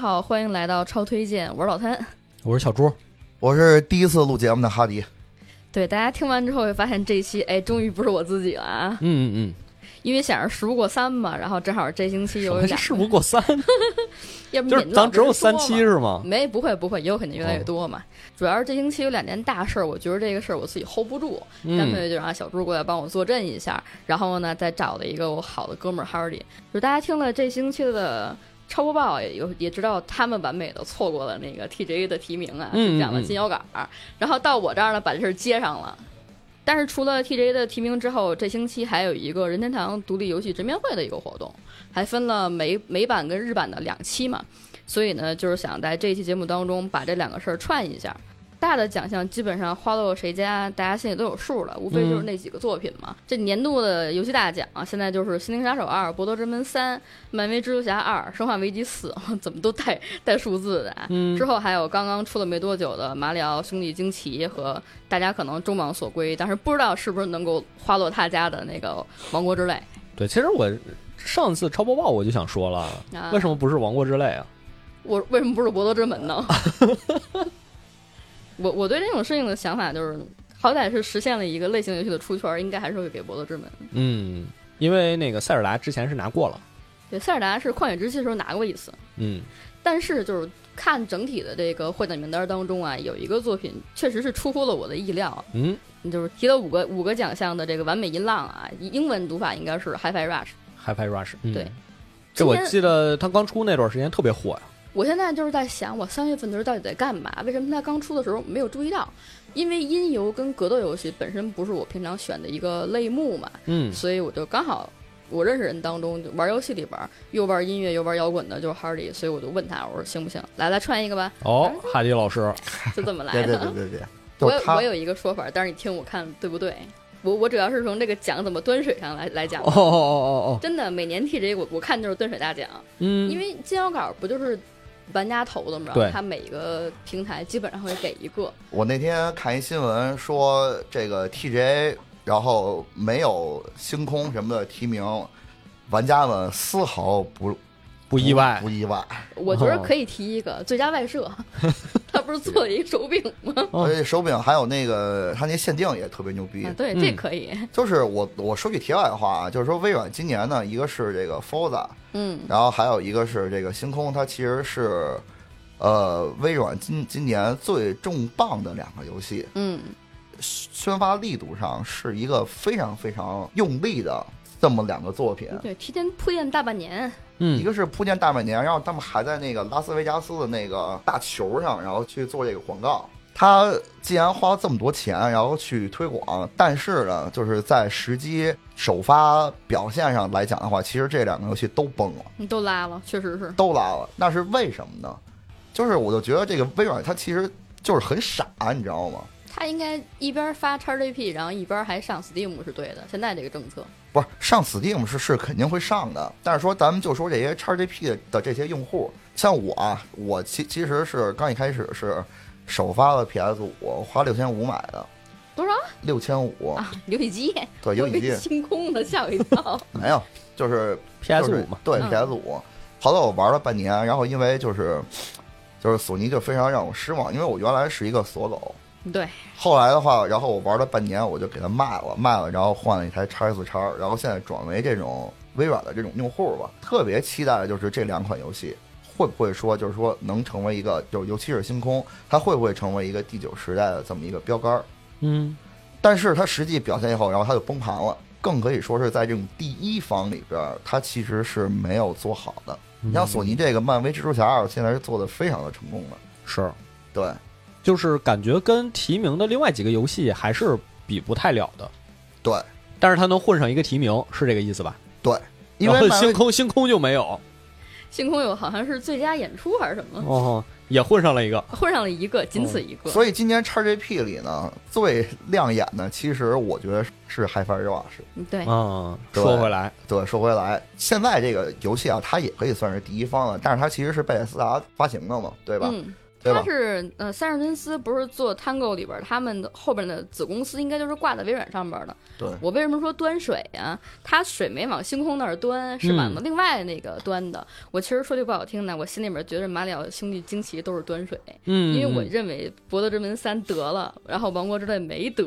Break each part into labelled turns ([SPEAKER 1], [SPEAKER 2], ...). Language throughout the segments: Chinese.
[SPEAKER 1] 好，欢迎来到超推荐，我是老谭。
[SPEAKER 2] 我是小朱，
[SPEAKER 3] 我是第一次录节目的哈迪，
[SPEAKER 1] 对，大家听完之后会发现这一期，哎，终于不是我自己了啊！
[SPEAKER 2] 嗯嗯
[SPEAKER 1] 因为想着数不过三嘛，然后正好这星期
[SPEAKER 2] 嗯，
[SPEAKER 1] 有俩，
[SPEAKER 2] 事不过三，
[SPEAKER 1] 要不
[SPEAKER 2] 就
[SPEAKER 1] 你
[SPEAKER 2] 是
[SPEAKER 1] 们
[SPEAKER 2] 咱
[SPEAKER 1] 老
[SPEAKER 2] 只有
[SPEAKER 1] 人说
[SPEAKER 2] 三
[SPEAKER 1] 嘛
[SPEAKER 2] 期是吗？哦
[SPEAKER 1] 没，不会不会，也有可能越来越多嘛。主要是这星期有两件大事儿，我觉得这个事儿我自己 hold 不住，干
[SPEAKER 2] 嗯
[SPEAKER 1] 脆就让小朱过来帮我坐镇一下。然后呢，再找了一个我好的哥们儿 Hardy。就大家听了这星期的超播报，也有也知道他们完美的错过了那个 TJ 的提名啊，
[SPEAKER 2] 嗯
[SPEAKER 1] 是这样的
[SPEAKER 2] 嗯嗯
[SPEAKER 1] 金腰杆儿。然后到我这儿呢，把这事儿接上了。但是除了 TJ 的提名之后，这星期还有一个任天堂独立游戏直面会的一个活动，还分了美美版跟日版的两期嘛。所以呢，就是想在这一期节目当中把这两个事儿串一下。大的奖项基本上花落谁家，大家心里都有数了，无非
[SPEAKER 2] 嗯
[SPEAKER 1] 就是那几个作品嘛。这年度的游戏大奖、啊，现在就是《心灵杀手二》《博德之门三》《漫威蜘蛛侠二》《生化危机四》， 怎么都带带数字的、啊。
[SPEAKER 2] 嗯
[SPEAKER 1] 之后还有刚刚出了没多久的《马里奥兄弟惊奇》和大家可能众望所归，但是不知道是不是能够花落他家的那个《王国之泪
[SPEAKER 2] 对，其实我上次超播报我就想说了，》
[SPEAKER 1] 啊。
[SPEAKER 2] 为什么不是王国之泪啊？
[SPEAKER 1] 我为什么不是博德之门呢？ 我我对这种事情的想法就是，好歹是实现了一个类型游戏的出圈，应该还是会给博德之门。
[SPEAKER 2] 嗯，因为那个塞尔达之前是拿过了，
[SPEAKER 1] 对，塞尔达是旷野之息的时候拿过一次，
[SPEAKER 2] 嗯
[SPEAKER 1] 但是就是看整体的这个获奖名单当中啊，有一个作品确实是出乎了我的意料啊，
[SPEAKER 2] 嗯，
[SPEAKER 1] 就是提了五个五个奖项的这个完美音浪啊，英文读法应该是 HiFi Rush。
[SPEAKER 2] h i f i Rush，嗯
[SPEAKER 1] 对，
[SPEAKER 2] 这我
[SPEAKER 1] 今天
[SPEAKER 2] 记得他刚出那段时间特别火呀，
[SPEAKER 1] 我现在就是在想，我三月份的时候到底在干嘛？为什么它刚出的时候没有注意到？因为音游跟格斗游戏本身不是我平常选的一个类目嘛，
[SPEAKER 2] 嗯
[SPEAKER 1] 所以我就刚好我认识人当中就玩游戏里边儿又玩音乐又玩摇滚的就是 Hardy，所以我就问他，我说行不行？来来串一个吧，
[SPEAKER 2] 哦，哈迪老师，
[SPEAKER 1] 就这么来
[SPEAKER 3] 对对
[SPEAKER 1] 的。
[SPEAKER 3] 对对对，就
[SPEAKER 1] 我
[SPEAKER 3] 是
[SPEAKER 1] 有
[SPEAKER 3] 他
[SPEAKER 1] 我有一个说法，但是你听我看对不对？我我主要是从这个奖怎么端水上来来讲
[SPEAKER 2] 哦哦。哦哦哦，
[SPEAKER 1] 真的，每年 TJ 我我看就是端水大奖，
[SPEAKER 2] 嗯，
[SPEAKER 1] 因为金腰杆儿不就是玩家投的嘛，
[SPEAKER 2] 对
[SPEAKER 1] 他每个平台基本上会给一个。
[SPEAKER 3] 我那天看一新闻说这个 TJ，然后没有星空什么的提名，玩家们丝毫不
[SPEAKER 2] 不意外
[SPEAKER 3] 不，意外，
[SPEAKER 2] 哦
[SPEAKER 1] 我觉得可以提一个、最佳外 设，他不是做了一个手柄吗？
[SPEAKER 2] 哦
[SPEAKER 3] 而且手柄还有那个他那限定也特别牛逼
[SPEAKER 1] 啊。对，
[SPEAKER 2] 嗯
[SPEAKER 1] 这可以。
[SPEAKER 3] 就是我我说句题外话啊，就是说微软今年呢，一个是这个 Forza，
[SPEAKER 1] 嗯，
[SPEAKER 3] 然后还有一个是这个星空，它其实是。呃，微软今今年最重磅的两个游戏，
[SPEAKER 1] 嗯，
[SPEAKER 3] 宣发力度上是一个非常非常用力的这么两个作品，
[SPEAKER 1] 对，提前铺垫大半年，
[SPEAKER 3] 一
[SPEAKER 2] 嗯
[SPEAKER 3] 个是铺垫大半年，然后他们还在那个拉斯维加斯的那个大球上，然后去做这个广告。他既然花了这么多钱，然后去推广，但是呢，就是在时机首发表现上来讲的话，其实这两个游戏都崩了，
[SPEAKER 1] 你都拉了，确实是。
[SPEAKER 3] 都拉了。那是为什么呢？就是我就觉得这个微软它其实就是很傻，你知道吗？
[SPEAKER 1] 他应该一边发 XGP，然后一边还上 Steam 是对的。现在这个政策，
[SPEAKER 3] 不是上 Steam 是是肯定会上的，但是说咱们就说这些 XGP 的这些用户，像我啊，我其其实是刚一开始是首发了 PS 五，花六千五买的，
[SPEAKER 1] 多少
[SPEAKER 3] 六千五
[SPEAKER 1] 啊？游戏机，
[SPEAKER 2] 哦
[SPEAKER 3] 对游戏
[SPEAKER 1] 我以为
[SPEAKER 3] 机
[SPEAKER 1] 清空了，吓我一跳。
[SPEAKER 3] 没有，就是
[SPEAKER 2] ，PS
[SPEAKER 3] 就是
[SPEAKER 2] 五嘛，
[SPEAKER 3] 对
[SPEAKER 1] 嗯
[SPEAKER 3] PS 五，后来我玩了半年，然后因为就是就是索尼就非常让我失望，因为我原来是一个锁狗，
[SPEAKER 1] 对，
[SPEAKER 3] 后来的话，然后我玩了半年，我就给它卖了，卖了，然后换了一台 x S 叉，然后现在转为这种微软的这种用户吧。特别期待的就是这两款游戏会不会说，就是说能成为一个，就尤其是星空，它会不会成为一个第九时代的这么一个标杆儿？
[SPEAKER 2] 嗯
[SPEAKER 3] 但是它实际表现以后，然后它就崩盘了，更可以说是在这种第一方里边儿，它其实是没有做好的。
[SPEAKER 2] 嗯
[SPEAKER 3] 你像索尼这个《漫威蜘蛛侠二》，现在是做的非常的成功的，
[SPEAKER 2] 是，
[SPEAKER 3] 对。
[SPEAKER 2] 就是感觉跟提名的另外几个游戏还是比不太了的。
[SPEAKER 3] 对，
[SPEAKER 2] 但是他能混上一个提名，是这个意思吧？
[SPEAKER 3] 因为
[SPEAKER 2] 然后
[SPEAKER 3] 漫威
[SPEAKER 2] 星空星空就没有，
[SPEAKER 1] 星空有好像是最佳演出还是什么，
[SPEAKER 2] 哦，也混上了一个。
[SPEAKER 1] 混上了一个，仅此一个。
[SPEAKER 3] 所以今年 XGP 里呢，最亮眼的，其实我觉得是 HiFi Rush。
[SPEAKER 1] 嗯对，
[SPEAKER 2] 嗯，
[SPEAKER 3] 对
[SPEAKER 2] 说回来，
[SPEAKER 3] 对，说回来，现在这个游戏啊，它也可以算是第一方了，但是它其实是贝塞斯达发行的嘛，对吧？
[SPEAKER 1] 嗯，
[SPEAKER 3] 对
[SPEAKER 1] 它
[SPEAKER 3] 吧？
[SPEAKER 1] 是呃，三尔真司不是做 Tango 里边儿他们的后边的子公司，应该就是挂在微软上边儿的。
[SPEAKER 3] 对，
[SPEAKER 1] 我为什么说端水呀、它水没往星空那儿端，是往
[SPEAKER 2] 嗯
[SPEAKER 1] 另外那个端的。我其实说句不好听的，我心里面觉得马里奥兄弟惊奇都是端水，
[SPEAKER 2] 嗯，
[SPEAKER 1] 因为我认为《博德之门三》得了，然后《王国之泪》没得，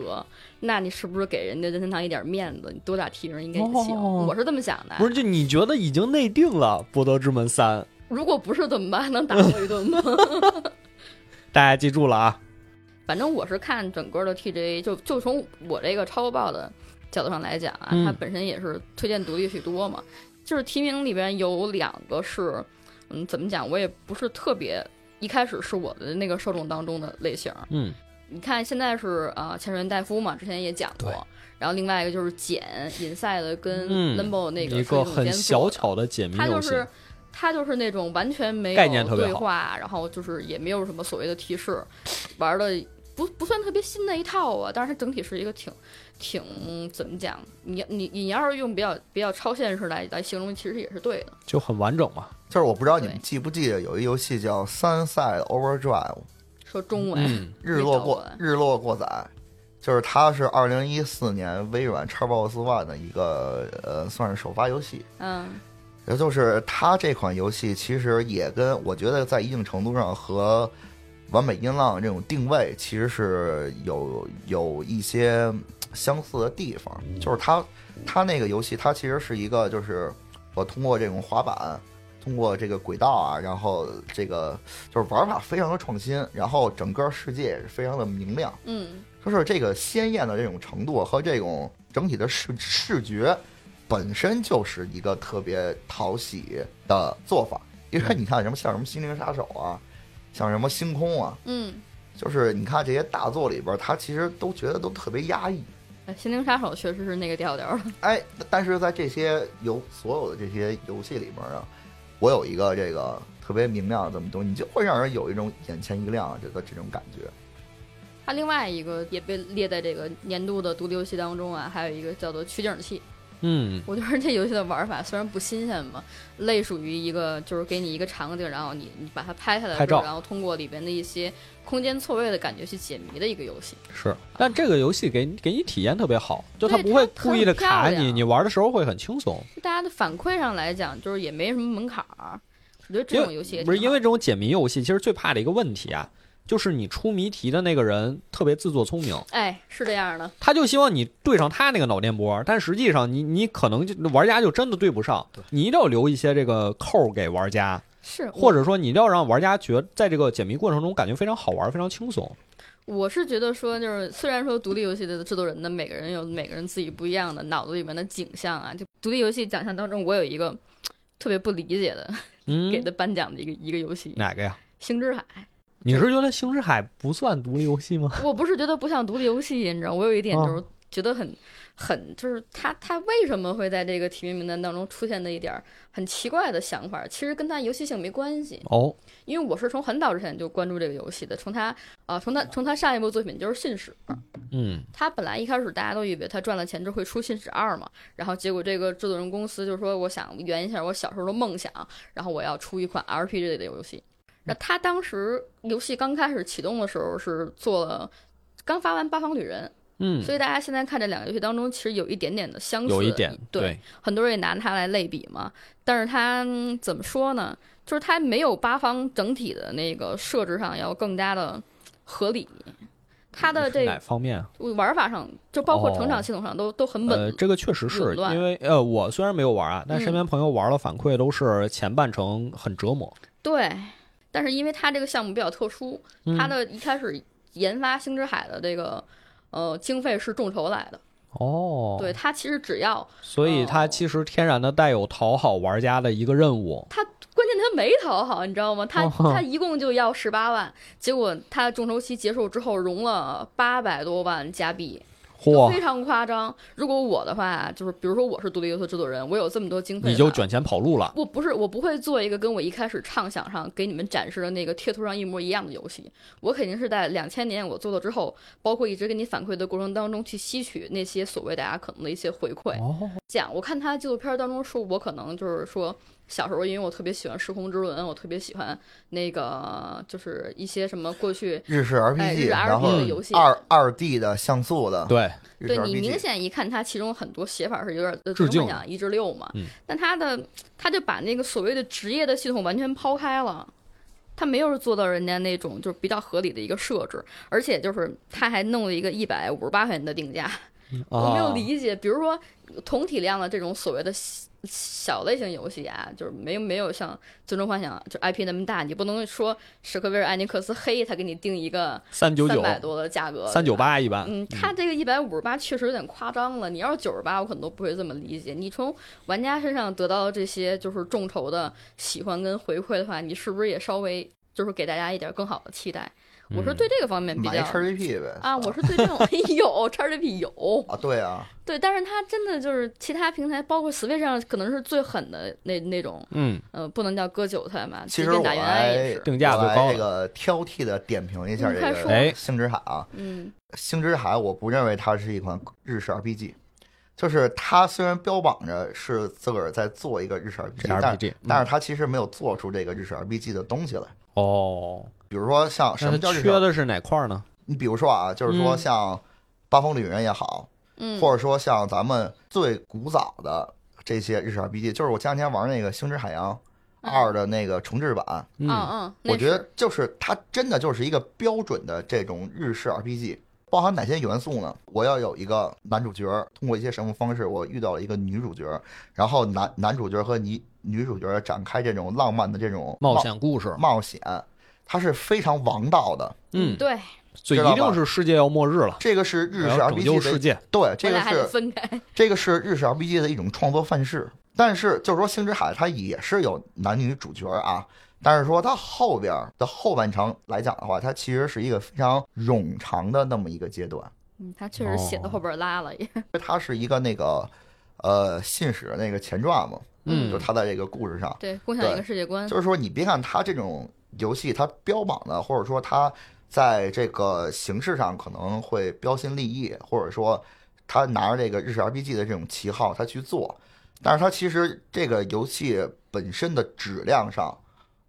[SPEAKER 1] 那你是不是给人家任天堂一点面子？你多打提人应该也行，
[SPEAKER 2] 哦
[SPEAKER 1] 我是这么想的。
[SPEAKER 2] 不是就你觉得已经内定了《博德之门三》，
[SPEAKER 1] 如果不是怎么办？能打我一顿吗？
[SPEAKER 2] 大家记住了啊，
[SPEAKER 1] 反正我是看整个的 TGA，就就从我这个超播报的角度上来讲啊，
[SPEAKER 2] 嗯
[SPEAKER 1] 它本身也是推荐独立许多嘛，就是提名里边有两个是，嗯，怎么讲，我也不是特别一开始是我的那个受众当中的类型。
[SPEAKER 2] 嗯，
[SPEAKER 1] 你看现在是呃潜水员戴夫嘛，之前也讲
[SPEAKER 2] 对
[SPEAKER 1] 过，然后另外一个就是简 Inside 跟
[SPEAKER 2] 嗯
[SPEAKER 1] Limbo 那个
[SPEAKER 2] 一
[SPEAKER 1] 是种
[SPEAKER 2] 个很
[SPEAKER 1] 连
[SPEAKER 2] 小
[SPEAKER 1] 锁的
[SPEAKER 2] 巧的解谜
[SPEAKER 1] 他
[SPEAKER 2] 游
[SPEAKER 1] 就
[SPEAKER 2] 戏，
[SPEAKER 1] 是他就是那种完全没
[SPEAKER 2] 概念
[SPEAKER 1] 有
[SPEAKER 2] 特别
[SPEAKER 1] 对
[SPEAKER 2] 好
[SPEAKER 1] 话，然后就是也没有什么所谓的提示，玩的不不算特别新的一套啊，但是它整体是一个挺挺怎么讲？你你你要是用比较比较超现实来来形容，其实也是对的。
[SPEAKER 2] 就很完整嘛。
[SPEAKER 3] 就是我不知道你们
[SPEAKER 1] 对
[SPEAKER 3] 记不记得有一游戏叫《Sunset Overdrive》，
[SPEAKER 1] 说中文，
[SPEAKER 2] 嗯，
[SPEAKER 3] 日
[SPEAKER 1] 没
[SPEAKER 3] 落过
[SPEAKER 1] 找过
[SPEAKER 3] 日落过载，就是它是二零一四年微软 Xbox One 的一个呃，算是首发游戏。
[SPEAKER 1] 嗯
[SPEAKER 3] 也呃就是它这款游戏其实也跟我觉得在一定程度上和《完美音浪》这种定位其实是有有一些相似的地方，就是它它那个游戏它其实是一个就是我通过这种滑板。通过这个轨道啊，然后这个就是玩法非常的创新，然后整个世界也是非常的明亮，
[SPEAKER 1] 嗯，
[SPEAKER 3] 就是这个鲜艳的这种程度和这种整体的视视觉，本身就是一个特别讨喜的做法。因
[SPEAKER 1] 嗯
[SPEAKER 3] 为你看什么像什么《心灵杀手》啊，像什么《星空》啊，
[SPEAKER 1] 嗯，
[SPEAKER 3] 就是你看这些大作里边，他其实都觉得都特别压抑。
[SPEAKER 1] 呃心灵杀手确实是那个调调了。
[SPEAKER 3] 哎，但是在这些游所有的这些游戏里边啊，我有一个这个特别明亮的这么东西，你就会让人有一种眼前一亮这个这种感觉。
[SPEAKER 1] 它另外一个也被列在这个年度的独立游戏当中啊，还有一个叫做取景器。
[SPEAKER 2] 嗯，
[SPEAKER 1] 我觉得这游戏的玩法虽然不新鲜吧，类属于一个就是给你一个场景，然后你你把它拍下来
[SPEAKER 2] 拍
[SPEAKER 1] 之后，
[SPEAKER 2] 照
[SPEAKER 1] 然后通过里边的一些空间错位的感觉去解谜的一个游戏。
[SPEAKER 2] 是。但这个游戏给给你体验特别好，就它
[SPEAKER 1] 对
[SPEAKER 2] 不会
[SPEAKER 1] 它
[SPEAKER 2] 故意的卡
[SPEAKER 1] 很漂
[SPEAKER 2] 你，
[SPEAKER 1] 亮
[SPEAKER 2] 你玩的时候会很轻松。
[SPEAKER 1] 就大家的反馈上来讲，就是也没什么门槛儿。我觉得这种游戏也
[SPEAKER 2] 不是
[SPEAKER 1] 挺
[SPEAKER 2] 因
[SPEAKER 1] 好
[SPEAKER 2] 为这种解谜游戏，其实最怕的一个问题啊，就是你出谜题的那个人特别自作聪明，
[SPEAKER 1] 哎是这样的，
[SPEAKER 2] 他就希望你对上他那个脑电波，但实际上你你可能就玩家就真的对不上，你一定要留一些这个扣儿给玩家，
[SPEAKER 1] 是我
[SPEAKER 2] 或者说你一定要让玩家觉在这个解谜过程中感觉非常好玩，非常轻松。
[SPEAKER 1] 我是觉得说，就是虽然说独立游戏的制作人呢，每个人有每个人自己不一样的脑子里面的景象啊，就独立游戏奖项当中，我有一个特别不理解的
[SPEAKER 2] 嗯，
[SPEAKER 1] 给的颁奖的一个一个游戏《
[SPEAKER 2] 哪个呀？
[SPEAKER 1] 星之海》。
[SPEAKER 2] 你是觉得《星之海》不算独立游戏吗？
[SPEAKER 1] 我不是觉得不像独立游戏，你知道，我有一点就是觉得很、很就是他他为什么会在这个提名名单当中出现的一点儿很奇怪的想法，其实跟他游戏性没关系，
[SPEAKER 2] 哦，
[SPEAKER 1] 因为我是从很早之前就关注这个游戏的，从他啊、从他从他上一部作品就是《信使》，
[SPEAKER 2] 嗯，
[SPEAKER 1] 他本来一开始大家都以为他赚了钱之后会出《信使二》嘛，然后结果这个制作人公司就说我想圆一下我小时候的梦想，然后我要出一款 RPG 类的游戏。那他当时游戏刚开始启动的时候是做了，刚发完《八方旅人》，
[SPEAKER 2] 嗯，
[SPEAKER 1] 所以大家现在看这两个游戏当中，其实有一点点的相似的，
[SPEAKER 2] 有一点
[SPEAKER 1] 对，很多人也拿它来类比嘛。但是它嗯怎么说呢？就是它没有八方整体的那个设置上要更加的合理，它的这
[SPEAKER 2] 哪方面啊？
[SPEAKER 1] 玩法上，就包括成长系统上都、都很稳。
[SPEAKER 2] 哦呃，这个确实是
[SPEAKER 1] 嗯紊乱嗯
[SPEAKER 2] 因为呃，我虽然没有玩啊，但身边朋友玩了反馈都是前半程很折磨。
[SPEAKER 1] 对，但是因为它这个项目比较特殊，
[SPEAKER 2] 嗯
[SPEAKER 1] 它的一开始研发星之海的这个呃经费是众筹来的，
[SPEAKER 2] 哦，
[SPEAKER 1] 对，哦它其实只要
[SPEAKER 2] 所以它其实天然的带有讨好玩家的一个任务。
[SPEAKER 1] 关键他没讨好，你知道吗？他
[SPEAKER 2] 哦
[SPEAKER 1] 他一共就要十八万，结果他众筹期结束之后融了八百多万加币，就
[SPEAKER 2] 嚯
[SPEAKER 1] 非，常夸张。如果我的话，就是比如说我是独立游戏制作人，我有这么多经费，
[SPEAKER 2] 你就。卷钱跑路了。
[SPEAKER 1] 我不是，我不会做一个跟我一开始畅想上给你们展示的那个贴图上一模一样的游戏。我肯定是在两千年我做了之后，包括一直给你反馈的过程当中去吸取那些所谓大家可能的一些回馈。
[SPEAKER 2] 哦，
[SPEAKER 1] 讲，我看他纪录片当中说，我可能就是说小时候因为我特别喜欢《时空之轮》，我特别喜欢那个就是一些什么过去
[SPEAKER 3] 日式
[SPEAKER 1] 哎日
[SPEAKER 3] RPG，、然后
[SPEAKER 1] RPG 的游戏，
[SPEAKER 3] 二二 D 的像素的
[SPEAKER 2] 对，
[SPEAKER 3] 日
[SPEAKER 1] 对
[SPEAKER 3] 式
[SPEAKER 1] 你明
[SPEAKER 3] RPG，
[SPEAKER 1] 显一看，它其中很多写法是有点呃
[SPEAKER 2] 致
[SPEAKER 1] 怎
[SPEAKER 2] 敬
[SPEAKER 1] 么讲一至六嘛，
[SPEAKER 2] 嗯
[SPEAKER 1] 但它的它就把那个所谓的职业的系统完全抛开了。它没有做到人家那种就是比较合理的一个设置，而且就是它还弄了一个一百五十八块钱的定价，我没有
[SPEAKER 2] 啊
[SPEAKER 1] 理解。比如说同体量的这种所谓的小小类型游戏啊，就是没有没有像《最终幻想》就 IP 那么大，你不能说史克威尔艾尼克斯黑他给你定一个
[SPEAKER 2] 三九
[SPEAKER 1] 三
[SPEAKER 2] 九
[SPEAKER 1] 百多的价格，
[SPEAKER 2] 三九八一
[SPEAKER 3] 啊
[SPEAKER 2] 般，
[SPEAKER 1] 嗯，他这个一百五十八确实有点夸张了。你要是九十八，我可能都不会这么理解。你从玩家身上得到的这些就是众筹的喜欢跟回馈的话，你是不是也稍微就是给大家一点更好的期待？我是对这个方面比
[SPEAKER 3] 嗯买一
[SPEAKER 1] 较
[SPEAKER 3] XGP 呗
[SPEAKER 1] 啊，我是对这种 有 XGP 有
[SPEAKER 3] 啊，对啊，
[SPEAKER 1] 对，但是它真的就是其他平台，包括 Switch 上可能是最狠的那那种，
[SPEAKER 2] 嗯，
[SPEAKER 1] 呃，不能叫割韭菜嘛，
[SPEAKER 3] 其实
[SPEAKER 1] 即便
[SPEAKER 3] 我
[SPEAKER 1] 打原来
[SPEAKER 3] 来
[SPEAKER 1] 也是，
[SPEAKER 2] 定价
[SPEAKER 3] 我
[SPEAKER 2] 最
[SPEAKER 3] 来
[SPEAKER 2] 高了，
[SPEAKER 3] 这个挑剔的点评一下
[SPEAKER 1] 嗯
[SPEAKER 3] 这
[SPEAKER 1] 快说
[SPEAKER 3] 个
[SPEAKER 2] 哎
[SPEAKER 3] 星之海啊，
[SPEAKER 1] 嗯
[SPEAKER 3] 星之海我不认为它是一款日式 RPG，就是它虽然标榜着是自个儿在做一个日式 RPG，
[SPEAKER 2] 这
[SPEAKER 3] 但是
[SPEAKER 2] RPG，
[SPEAKER 3] 但
[SPEAKER 2] 是
[SPEAKER 3] 是它其实没有做出这个日式 RPG 的东西来。
[SPEAKER 2] 哦，
[SPEAKER 3] 比如说像什
[SPEAKER 2] 那
[SPEAKER 3] 么
[SPEAKER 2] 它
[SPEAKER 3] 叫日
[SPEAKER 2] 缺
[SPEAKER 3] 式？
[SPEAKER 2] 的是哪块儿呢？
[SPEAKER 3] 你比如说啊，就是说
[SPEAKER 2] 嗯
[SPEAKER 3] 像《八方旅人》也好，
[SPEAKER 1] 嗯，
[SPEAKER 3] 或者说像咱们最古早的这些日式 RPG，就是我前两天玩那个《星之海洋
[SPEAKER 1] 嗯
[SPEAKER 3] 二》的那个重置版，
[SPEAKER 1] 嗯
[SPEAKER 2] 嗯，
[SPEAKER 1] 嗯，那
[SPEAKER 3] 我觉得
[SPEAKER 1] 是
[SPEAKER 3] 就是它真的就是一个标准的这种日式 RPG，包含哪些元素呢？我要有一个男主角，通过一些什么方式，我遇到了一个女主角，然后男男主角和女女主角展开这种浪漫的这种
[SPEAKER 2] 冒险故事，
[SPEAKER 3] 冒险，它是非常王道的，
[SPEAKER 2] 嗯，
[SPEAKER 1] 对，
[SPEAKER 2] 所以
[SPEAKER 3] 知道
[SPEAKER 2] 一
[SPEAKER 3] 吧
[SPEAKER 2] 定是世界要末日了，
[SPEAKER 3] 这个是日
[SPEAKER 2] 我
[SPEAKER 3] 式
[SPEAKER 2] 要拯救
[SPEAKER 3] RPG
[SPEAKER 2] 世
[SPEAKER 3] 的，
[SPEAKER 2] 界，
[SPEAKER 3] 对，
[SPEAKER 1] 我
[SPEAKER 3] 这个
[SPEAKER 1] 俩还得
[SPEAKER 3] 是
[SPEAKER 1] 分开，
[SPEAKER 3] 这个是日式 RPG 的一种创作范式。但是就是说，《星之海》它也是有男女主角啊，但是说它后边的后半程来讲的话，它其实是一个非常冗长的那么一个阶段，
[SPEAKER 1] 嗯，他确实写
[SPEAKER 3] 哦
[SPEAKER 1] 到后边拉了，也
[SPEAKER 3] 它是一个那个呃信使那个前传嘛，
[SPEAKER 2] 嗯
[SPEAKER 3] 就它在这个故事上，
[SPEAKER 1] 对，共享一个世界观，
[SPEAKER 3] 就是说你别看它这种游戏，它标榜的或者说它在这个形式上可能会标新立异，或者说它拿着这个日式 RPG 的这种旗号它去做，但是它其实这个游戏本身的质量上，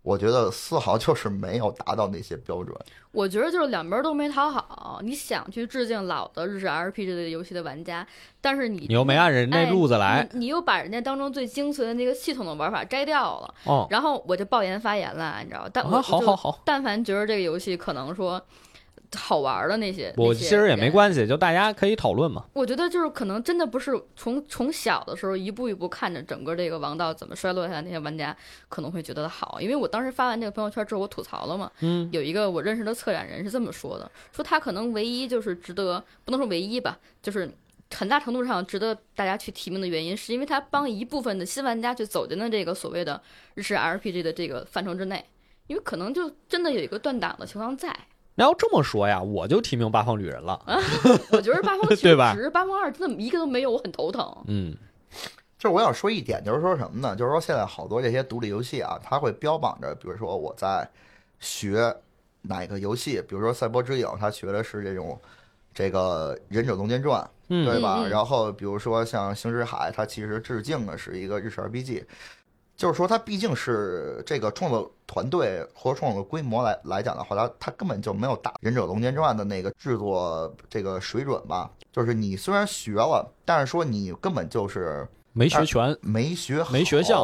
[SPEAKER 3] 我觉得丝毫就是没有达到那些标准。
[SPEAKER 1] 我觉得就是两边都没讨好。你想去致敬老的日式 RPG 的游戏的玩家，但是你
[SPEAKER 2] 你又没按人那路子来
[SPEAKER 1] 哎，你，你又把人家当中最精髓的那个系统的玩法摘掉了，
[SPEAKER 2] 哦，
[SPEAKER 1] 然后我就爆言发言了，你知道？但我、
[SPEAKER 2] 啊，好好，好，
[SPEAKER 1] 但凡觉得这个游戏可能说好玩的那些，
[SPEAKER 2] 我
[SPEAKER 1] 那
[SPEAKER 2] 其
[SPEAKER 1] 些
[SPEAKER 2] 实也没
[SPEAKER 1] 人
[SPEAKER 2] 关系，就大家可以讨论嘛，
[SPEAKER 1] 我觉得就是可能真的不是从从小的时候一步一步看着整个这个王道怎么衰落下来，那些玩家可能会觉得好，因为我当时发完这个朋友圈之后，我吐槽了嘛，
[SPEAKER 2] 嗯，
[SPEAKER 1] 有一个我认识的策展人是这么说的，说他可能唯一就是值得不能说唯一吧，就是。很大程度上值得大家去提名的原因，是因为他帮一部分的新玩家去走进了这个所谓的日式 RPG 的这个范畴之内，因为可能就真的有一个断档的情况在。
[SPEAKER 2] 那要这么说呀，我就提名八方旅人了，
[SPEAKER 1] 我觉得八 方
[SPEAKER 2] 对吧
[SPEAKER 1] 其实八方二真的一个都没有，我很头疼。
[SPEAKER 2] 嗯，
[SPEAKER 3] 就是我想说一点，就是说什么呢？就是说现在好多这些独立游戏啊，它会标榜着，比如说我在学哪个游戏，比如说《赛博之影》，它学的是这种这个《忍者龙剑传》，
[SPEAKER 2] 嗯
[SPEAKER 3] 对吧？
[SPEAKER 1] 嗯嗯
[SPEAKER 3] 然后比如说像《星之海》，它其实致敬的是一个日式 RPG，就是说它毕竟是这个创作团队或者创作规模来来讲的话，它它根本就没有打《忍者龙剑传》的那个制作这个水准吧。就是你虽然学了，但是说你根本就是。
[SPEAKER 2] 没
[SPEAKER 3] 啊
[SPEAKER 2] 学全，
[SPEAKER 3] 没学好
[SPEAKER 2] 没学像，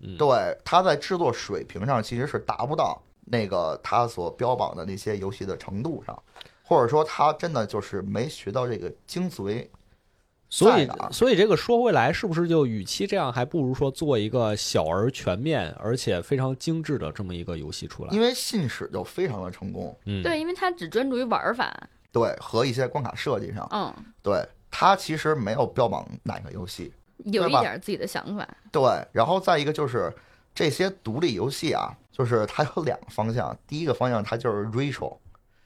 [SPEAKER 2] 嗯
[SPEAKER 3] 对，他在制作水平上其实是达不到那个他所标榜的那些游戏的程度上，或者说他真的就是没学到这个精髓。
[SPEAKER 2] 所以
[SPEAKER 3] 在啊哪儿
[SPEAKER 2] 所以这个说回来，是不是就与其这样，还不如说做一个小而全面，而且非常精致的这么一个游戏出来
[SPEAKER 3] 因，为信使就非常的成功，
[SPEAKER 2] 嗯， 啊
[SPEAKER 1] 对，因为他只专注于玩法，
[SPEAKER 3] 对，和一些关卡设计上，
[SPEAKER 1] 嗯，
[SPEAKER 3] 对他其实没有标榜哪个游戏，
[SPEAKER 1] 有
[SPEAKER 3] 对
[SPEAKER 1] 一
[SPEAKER 3] 吧
[SPEAKER 1] 点自己的想法。
[SPEAKER 3] 对，然后再一个就是这些独立游戏啊，就是它有两个方向，第一个方向它就是 racial，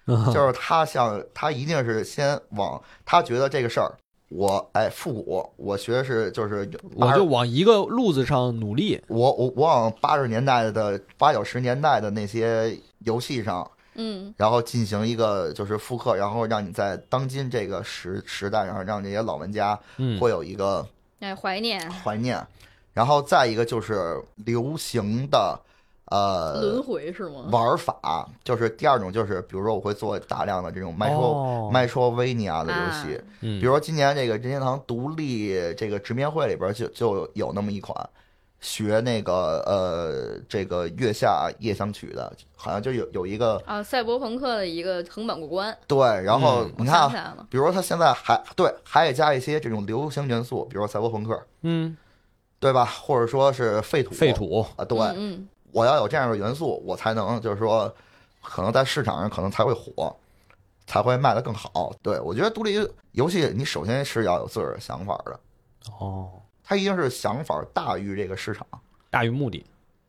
[SPEAKER 3] 就是
[SPEAKER 2] 嗯
[SPEAKER 3] 他想他一定是先往他觉得这个事儿，我哎复古，我学的是就是
[SPEAKER 2] 我
[SPEAKER 3] 八
[SPEAKER 2] 就往一个路子上努力，
[SPEAKER 3] 我我我往八十年代的八九十年代的那些游戏上，
[SPEAKER 1] 嗯，
[SPEAKER 3] 然后进行一个就是复刻，然后让你在当今这个时时代，然后让这些老玩家
[SPEAKER 2] 嗯，
[SPEAKER 3] 会有一个
[SPEAKER 1] 哎，怀念，
[SPEAKER 3] 怀念。然后再一个就是流行的呃
[SPEAKER 1] 轮回是吗？
[SPEAKER 3] 玩法，就是第二种就是比如说我会做大量的这种 Metro、
[SPEAKER 2] 哦
[SPEAKER 3] Metrovania 的游戏，
[SPEAKER 1] 啊
[SPEAKER 2] 嗯
[SPEAKER 3] 比如说今年这个任天堂独立这个直面会里边就就有那么一款学那个呃这个月下夜香曲的，好像就有有一个
[SPEAKER 1] 啊，赛博朋克的一个横版过关，
[SPEAKER 3] 对，然后
[SPEAKER 2] 嗯
[SPEAKER 3] 你
[SPEAKER 1] 我
[SPEAKER 3] 看
[SPEAKER 1] 想起
[SPEAKER 3] 啊，
[SPEAKER 1] 来了，
[SPEAKER 3] 比如说它现在还对还得加一些这种流行元素，比如说赛博朋克，
[SPEAKER 2] 嗯，
[SPEAKER 3] 对吧？或者说是废土
[SPEAKER 2] 废土，
[SPEAKER 3] 啊，对，
[SPEAKER 1] 嗯
[SPEAKER 3] 我要有这样的元素，我才能就是说，可能在市场上可能才会火，才会卖得更好。对我觉得独立游戏，你首先是要有自个儿的想法的，
[SPEAKER 2] 哦，
[SPEAKER 3] 它一定是想法大于这个市场，
[SPEAKER 2] 大于目的，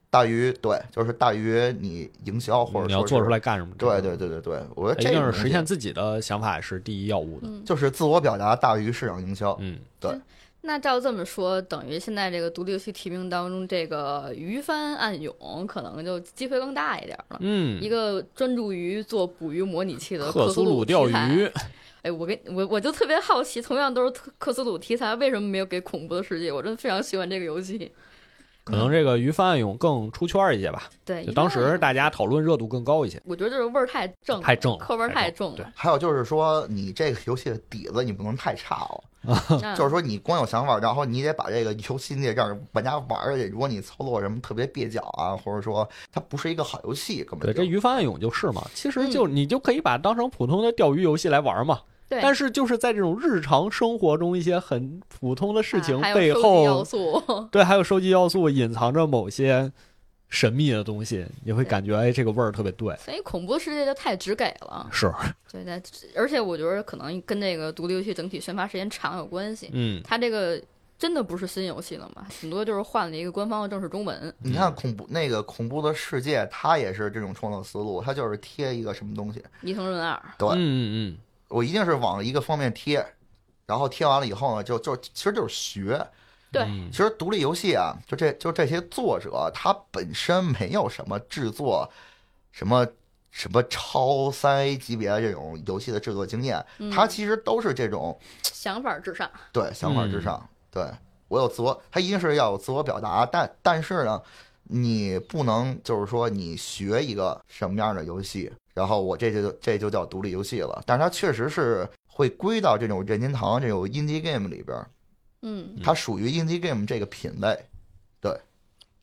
[SPEAKER 3] 大于对，就是大于你营销或者
[SPEAKER 2] 你
[SPEAKER 3] 说
[SPEAKER 2] 要
[SPEAKER 3] 是
[SPEAKER 2] 做出。来干什么？哎
[SPEAKER 3] 对对对对对，我觉得
[SPEAKER 2] 一
[SPEAKER 3] 这
[SPEAKER 2] 定
[SPEAKER 3] 种
[SPEAKER 2] 是
[SPEAKER 3] 东西
[SPEAKER 2] 实现自己的想法是第一要务
[SPEAKER 1] 嗯
[SPEAKER 2] 的。
[SPEAKER 1] 嗯。
[SPEAKER 3] 就是自我表达大于市场营销。
[SPEAKER 2] 嗯，
[SPEAKER 1] 那照这么说，等于现在这个独立游戏提名当中，这个鱼帆暗涌可能就机会更大一点了。
[SPEAKER 2] 嗯
[SPEAKER 1] 一，个专注于做捕鱼模拟器的
[SPEAKER 2] 克苏鲁钓
[SPEAKER 1] 题材
[SPEAKER 2] 鱼，
[SPEAKER 1] 哎，我跟我我就特别好奇，同样都是特克苏鲁题材，为什么没有给恐怖的世界？我真的非常喜欢这个游戏。
[SPEAKER 2] 可能这个鱼翻暗涌更出圈儿一些吧。
[SPEAKER 1] 对，
[SPEAKER 2] 就
[SPEAKER 1] 一
[SPEAKER 2] 当
[SPEAKER 1] 定
[SPEAKER 2] 时大家讨论热度更高一些，
[SPEAKER 1] 我觉得就是味儿太正了，
[SPEAKER 2] 太正了
[SPEAKER 1] 口味儿
[SPEAKER 2] 太
[SPEAKER 1] 太
[SPEAKER 2] 正
[SPEAKER 1] 重
[SPEAKER 2] 了
[SPEAKER 1] 了。
[SPEAKER 3] 还有就是说，你这个游戏的底子你不能太差了，
[SPEAKER 1] 嗯
[SPEAKER 3] 就是说你光有想法，然后你得把这个游戏你得让玩家玩儿去。如果你操作什么特别蹩脚啊，或者说它不是一个好游戏，根
[SPEAKER 2] 对，
[SPEAKER 3] 本
[SPEAKER 2] 这
[SPEAKER 3] 就
[SPEAKER 2] 鱼翻暗涌就是嘛，其实就你就可以把它当成普通的钓鱼游戏来玩嘛。
[SPEAKER 1] 嗯对，
[SPEAKER 2] 但
[SPEAKER 1] 是
[SPEAKER 2] 是就是在这种日常生活中一些很普通的事情
[SPEAKER 1] 啊还有
[SPEAKER 2] 背
[SPEAKER 1] 收集要
[SPEAKER 2] 后，
[SPEAKER 1] 素，
[SPEAKER 2] 对，还有收集要素隐藏着某些神秘的东西，你会感觉哎，这个味儿特别对。
[SPEAKER 1] 所以恐怖的世界就太直给了。
[SPEAKER 2] 是，
[SPEAKER 1] 对的，而且我觉得可能跟这个独立游戏整体宣发时间长有关系。
[SPEAKER 2] 嗯，
[SPEAKER 1] 它这个真的不是新游戏了嘛，很多就是换了一个官方的正式中文。
[SPEAKER 3] 你看恐怖那个恐怖的世界，它也是这种创作思路，它就是贴一个什么东西，
[SPEAKER 1] 伊藤润二，
[SPEAKER 3] 对
[SPEAKER 2] 嗯嗯
[SPEAKER 3] 我一定是往一个方面贴，然后贴完了以后呢，就就其实就是学。
[SPEAKER 1] 对，
[SPEAKER 2] 嗯
[SPEAKER 3] 其实独立游戏啊，就这就这些作者，他本身没有什么制作，什么什么超三 A 级别的这种游戏的制作经验，
[SPEAKER 1] 嗯
[SPEAKER 3] 他其实都是这种
[SPEAKER 1] 想法至上，
[SPEAKER 3] 对想法至上。对我有自我，他一定是要有自我表达，但但是呢，你不能就是说你学一个什么样的游戏，然后我这就这就叫独立游戏了。但是它确实是会归到这种任天堂这种 indie game 里边儿，
[SPEAKER 1] 嗯，
[SPEAKER 3] 它属于 indie game 这个品类。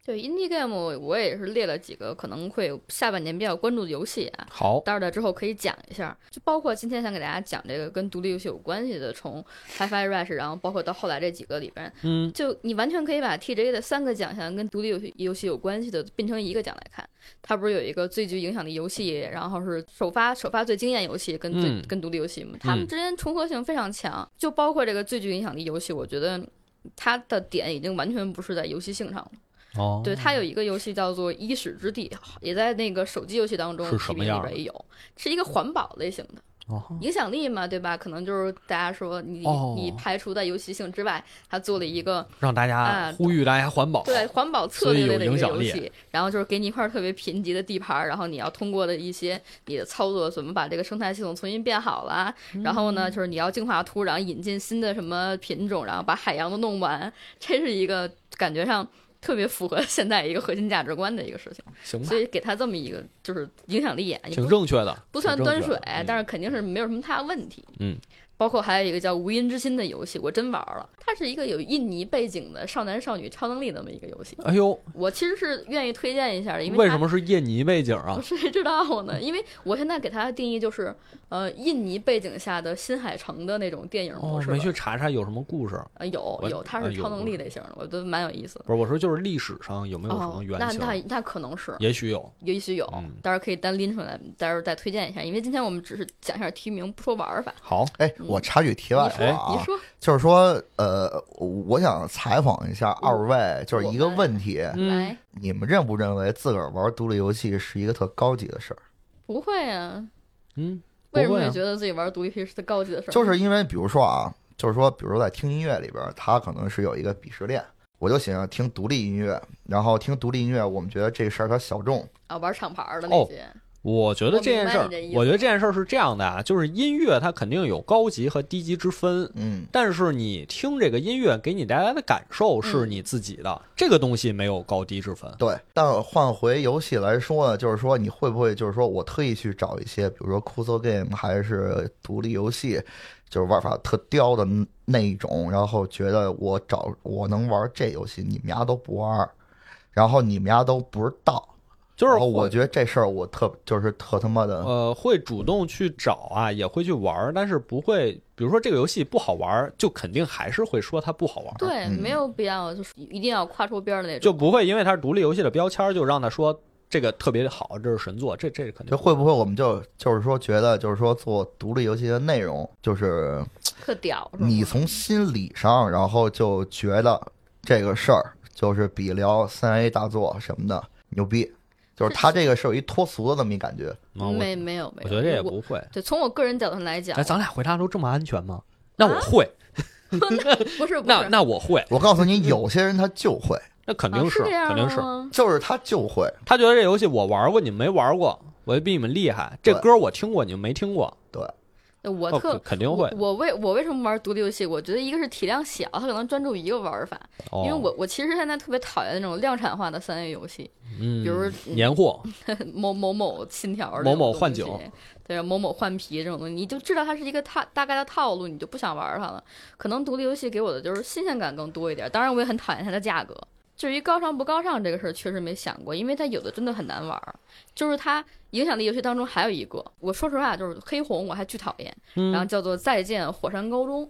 [SPEAKER 1] 对，indie game 我也是列了几个可能会下半年比较关注的游戏啊。
[SPEAKER 2] 好，
[SPEAKER 1] 待会儿之后可以讲一下，就包括今天想给大家讲这个跟独立游戏有关系的，从 Hi-Fi Rush，然后包括到后来这几个里边，
[SPEAKER 2] 嗯
[SPEAKER 1] 就你完全可以把 TJ 的三个奖项跟独立游戏游戏有关系的并成一个奖来看。它不是有一个最具影响力游戏，然后是首发首发最惊艳游戏跟最、
[SPEAKER 2] 嗯
[SPEAKER 1] 跟独立游戏嘛，它们之间重合性非常强。就包括这个最具影响力游戏，我觉得它的点已经完全不是在游戏性上了。
[SPEAKER 2] 哦，
[SPEAKER 1] 对，它有一个游戏叫做《伊始之地》，也在那个手机游戏当中
[SPEAKER 2] 是什
[SPEAKER 1] 提
[SPEAKER 2] 么
[SPEAKER 1] 名
[SPEAKER 2] 样
[SPEAKER 1] 里
[SPEAKER 2] 儿的
[SPEAKER 1] 边也有，是一个环保类型的。
[SPEAKER 2] 哦
[SPEAKER 1] 影响力嘛，对吧？可能就是大家说你、
[SPEAKER 2] 哦
[SPEAKER 1] 你排除在游戏性之外，它做了一个
[SPEAKER 2] 让大家
[SPEAKER 1] 啊
[SPEAKER 2] 呼吁大家环保。
[SPEAKER 1] 对，环保策略类的一个
[SPEAKER 2] 哦所以有
[SPEAKER 1] 游
[SPEAKER 2] 影响
[SPEAKER 1] 戏，然后就是给你一块特别贫瘠的地盘儿，然后你要通过的一些你的操作，怎么把这个生态系统重新变好啦，
[SPEAKER 2] 嗯
[SPEAKER 1] 然后呢，就是你要净化土壤，引进新的什么品种，然后把海洋都弄完，这是一个感觉上特别符合现在一个核心价值观的一个事情，
[SPEAKER 2] 行吧
[SPEAKER 1] 所，以给他这么一个就是影响力啊，也
[SPEAKER 2] 嗯挺
[SPEAKER 1] 不
[SPEAKER 2] 正确的，
[SPEAKER 1] 不算
[SPEAKER 2] 挺正
[SPEAKER 1] 端
[SPEAKER 2] 确
[SPEAKER 1] 水
[SPEAKER 2] 的，嗯
[SPEAKER 1] 但是肯定是没有什么太大问题。
[SPEAKER 2] 嗯，
[SPEAKER 1] 包括还有一个叫《无音之心》的游戏，我真玩了，它是一个有印尼背景的少男少女超能力那么一个游戏。
[SPEAKER 2] 哎呦，
[SPEAKER 1] 我其实是愿意推荐一下的，因为
[SPEAKER 2] 为
[SPEAKER 1] 它
[SPEAKER 2] 什么是印尼背景啊
[SPEAKER 1] 我？ 谁知道呢？因为我现在给它的定义就是，呃，印尼背景下的新海诚的那种电影模
[SPEAKER 2] 哦，
[SPEAKER 1] 式的。
[SPEAKER 2] 没去查查有什么故事。
[SPEAKER 1] 呃有
[SPEAKER 2] 我
[SPEAKER 1] 有，它
[SPEAKER 2] 啊
[SPEAKER 1] 是
[SPEAKER 2] 有
[SPEAKER 1] 超能力类型的，我觉得蛮有意思的。
[SPEAKER 2] 不是，我说就是历史上有没有什么
[SPEAKER 1] 哦，
[SPEAKER 2] 原
[SPEAKER 1] 那
[SPEAKER 2] 型？嗯
[SPEAKER 1] 那那可能是，
[SPEAKER 2] 也许有。
[SPEAKER 1] 也许有
[SPEAKER 2] 嗯，
[SPEAKER 1] 待会儿可以单拎出来，待会儿再推荐一下。因为今天我们只是讲一下提名，不说玩法。
[SPEAKER 2] 好，
[SPEAKER 3] 哎，我插句题外
[SPEAKER 1] 嗯你
[SPEAKER 3] 话
[SPEAKER 1] 说，
[SPEAKER 3] 啊，
[SPEAKER 1] 你说，
[SPEAKER 3] 就是说，呃，我想采访一下二位，就是一个
[SPEAKER 1] 嗯我们
[SPEAKER 3] 问题，
[SPEAKER 2] 嗯
[SPEAKER 1] 来，
[SPEAKER 3] 你们认不认为自个儿玩独立游戏是一个特高级的事儿？
[SPEAKER 1] 不会啊？
[SPEAKER 2] 嗯，
[SPEAKER 1] 为什么
[SPEAKER 2] 不会啊
[SPEAKER 1] 会觉得自己玩独立游戏是高级的事儿？
[SPEAKER 3] 就是因为，比如说啊，就是说，比如说在听音乐里边，它可能是有一个鄙视链，我就喜欢听独立音乐，然后听独立音乐，我们觉得这事儿它小众，
[SPEAKER 1] 啊，玩厂牌儿的
[SPEAKER 2] 哦
[SPEAKER 1] 那些，
[SPEAKER 2] 我觉得这件事
[SPEAKER 1] 我明白你的
[SPEAKER 2] 儿
[SPEAKER 1] 意，思
[SPEAKER 2] 我觉得这件事儿是这样的啊，就是音乐它肯定有高级和低级之分，
[SPEAKER 3] 嗯，
[SPEAKER 2] 但是你听这个音乐给你带来的感受是
[SPEAKER 1] 嗯
[SPEAKER 2] 你自己的，这个东西没有高低之分。
[SPEAKER 3] 对，但换回游戏来说呢，就是说你会不会就是说我特意去找一些，比如说 c u s o game 还是独立游戏，就是玩法特刁的那一种，然后觉得我找我能玩这游戏，你们家都不玩儿，然后你们家都不知道，
[SPEAKER 2] 就是
[SPEAKER 3] 然后哦我
[SPEAKER 2] 会
[SPEAKER 3] 觉得这事儿我特就是特他妈的，
[SPEAKER 2] 呃，会主动去找啊，也会去玩儿，但是不会，比如说这个游戏不好玩儿，就肯定还是会说它不好玩儿，
[SPEAKER 1] 对，
[SPEAKER 3] 嗯
[SPEAKER 1] 没有必要，就是一定要跨出边儿的那
[SPEAKER 2] 就
[SPEAKER 1] 种。
[SPEAKER 2] 不会因为它是独立游戏的标签儿就让它说这个特别好，这是神作，这这肯定
[SPEAKER 3] 就会不会我们就就是说觉得就是说做独立游戏的内容，就是
[SPEAKER 1] 特屌，是吗
[SPEAKER 3] 你从心理上，然后就觉得这个事儿就是比聊三 A 大作什么的牛逼，就是他这个是有一脱俗的那么一感觉。
[SPEAKER 2] 啊我
[SPEAKER 1] 没没有没有，
[SPEAKER 2] 我觉得这也
[SPEAKER 1] 我
[SPEAKER 2] 不会。
[SPEAKER 1] 对。从我个人角度上来讲
[SPEAKER 2] 哎，，咱俩回答都这么安全吗？那我会，
[SPEAKER 1] 不是啊不
[SPEAKER 2] 那
[SPEAKER 1] 是，
[SPEAKER 2] 那我会，
[SPEAKER 3] 我告诉你，有些人他就会，
[SPEAKER 2] 那肯
[SPEAKER 1] 啊
[SPEAKER 2] 定
[SPEAKER 1] 是这样啊
[SPEAKER 2] 肯定是。
[SPEAKER 1] 吗
[SPEAKER 3] 就是他就会，
[SPEAKER 2] 他觉得这游戏我玩过，你们没玩过，我就比你们厉害。这
[SPEAKER 3] 对
[SPEAKER 2] 歌我听过，你们没听过，
[SPEAKER 1] 我
[SPEAKER 2] 哦
[SPEAKER 1] 特
[SPEAKER 2] 肯肯定会
[SPEAKER 1] 我我为我为什么玩独立游戏？我觉得一个是体量小，他可能专注一个玩法。
[SPEAKER 2] 哦、
[SPEAKER 1] 因为我我其实现在特别讨厌那种量产化的三 A 游戏，
[SPEAKER 2] 嗯，
[SPEAKER 1] 比如
[SPEAKER 2] 年货，
[SPEAKER 1] 某某某信条这种
[SPEAKER 2] 某某
[SPEAKER 1] 东西
[SPEAKER 2] 换景，
[SPEAKER 1] 对某某换皮这种东西，你就知道它是一个大大概的套路，你就不想玩它了。可能独立游戏给我的就是新鲜感更多一点，当然我也很讨厌它的价格。至于高尚不高尚这个事儿，确实没想过，因为它有的真的很难玩儿。就是它影响力游戏当中还有一个，我说实话就是黑红，我还巨讨厌，
[SPEAKER 2] 嗯
[SPEAKER 1] 然后叫做《再见火山高中》，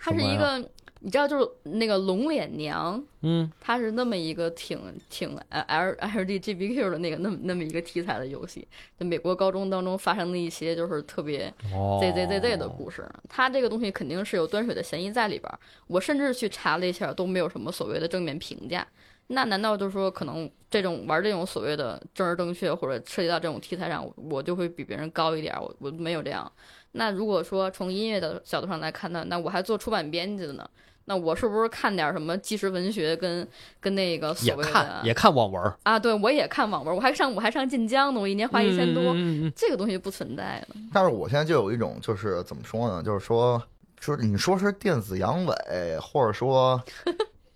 [SPEAKER 1] 它是一
[SPEAKER 2] 什么
[SPEAKER 1] 个你知道就是那个龙脸娘，
[SPEAKER 2] 嗯，
[SPEAKER 1] 它是那么一个挺挺呃 L L D G B Q 的那个那么那么一个题材的游戏，在美国高中当中发生的一些就是特别
[SPEAKER 2] 哦
[SPEAKER 1] Z Z Z Z 的故事，它这个东西肯定是有端水的嫌疑在里边儿。我甚至去查了一下，都没有什么所谓的正面评价。那难道就是说，可能这种玩这种所谓的政治正确或者涉及到这种题材上，我我就会比别人高一点儿？我我没有这样。那如果说从音乐的角度上来看呢，那我还做出版编辑的呢，那我是不是看点儿什么纪实文学跟跟那个所
[SPEAKER 2] 也
[SPEAKER 1] 谓
[SPEAKER 2] 看
[SPEAKER 1] 的
[SPEAKER 2] 也看网文儿，
[SPEAKER 1] 啊？对，我也看网文，我还上我还上晋江呢，我一年花一千多，
[SPEAKER 2] 嗯嗯嗯
[SPEAKER 1] 这个东西不存在的。
[SPEAKER 3] 但是我现在就有一种就是怎么说呢，就是说，就是你说是电子阳痿，或者说。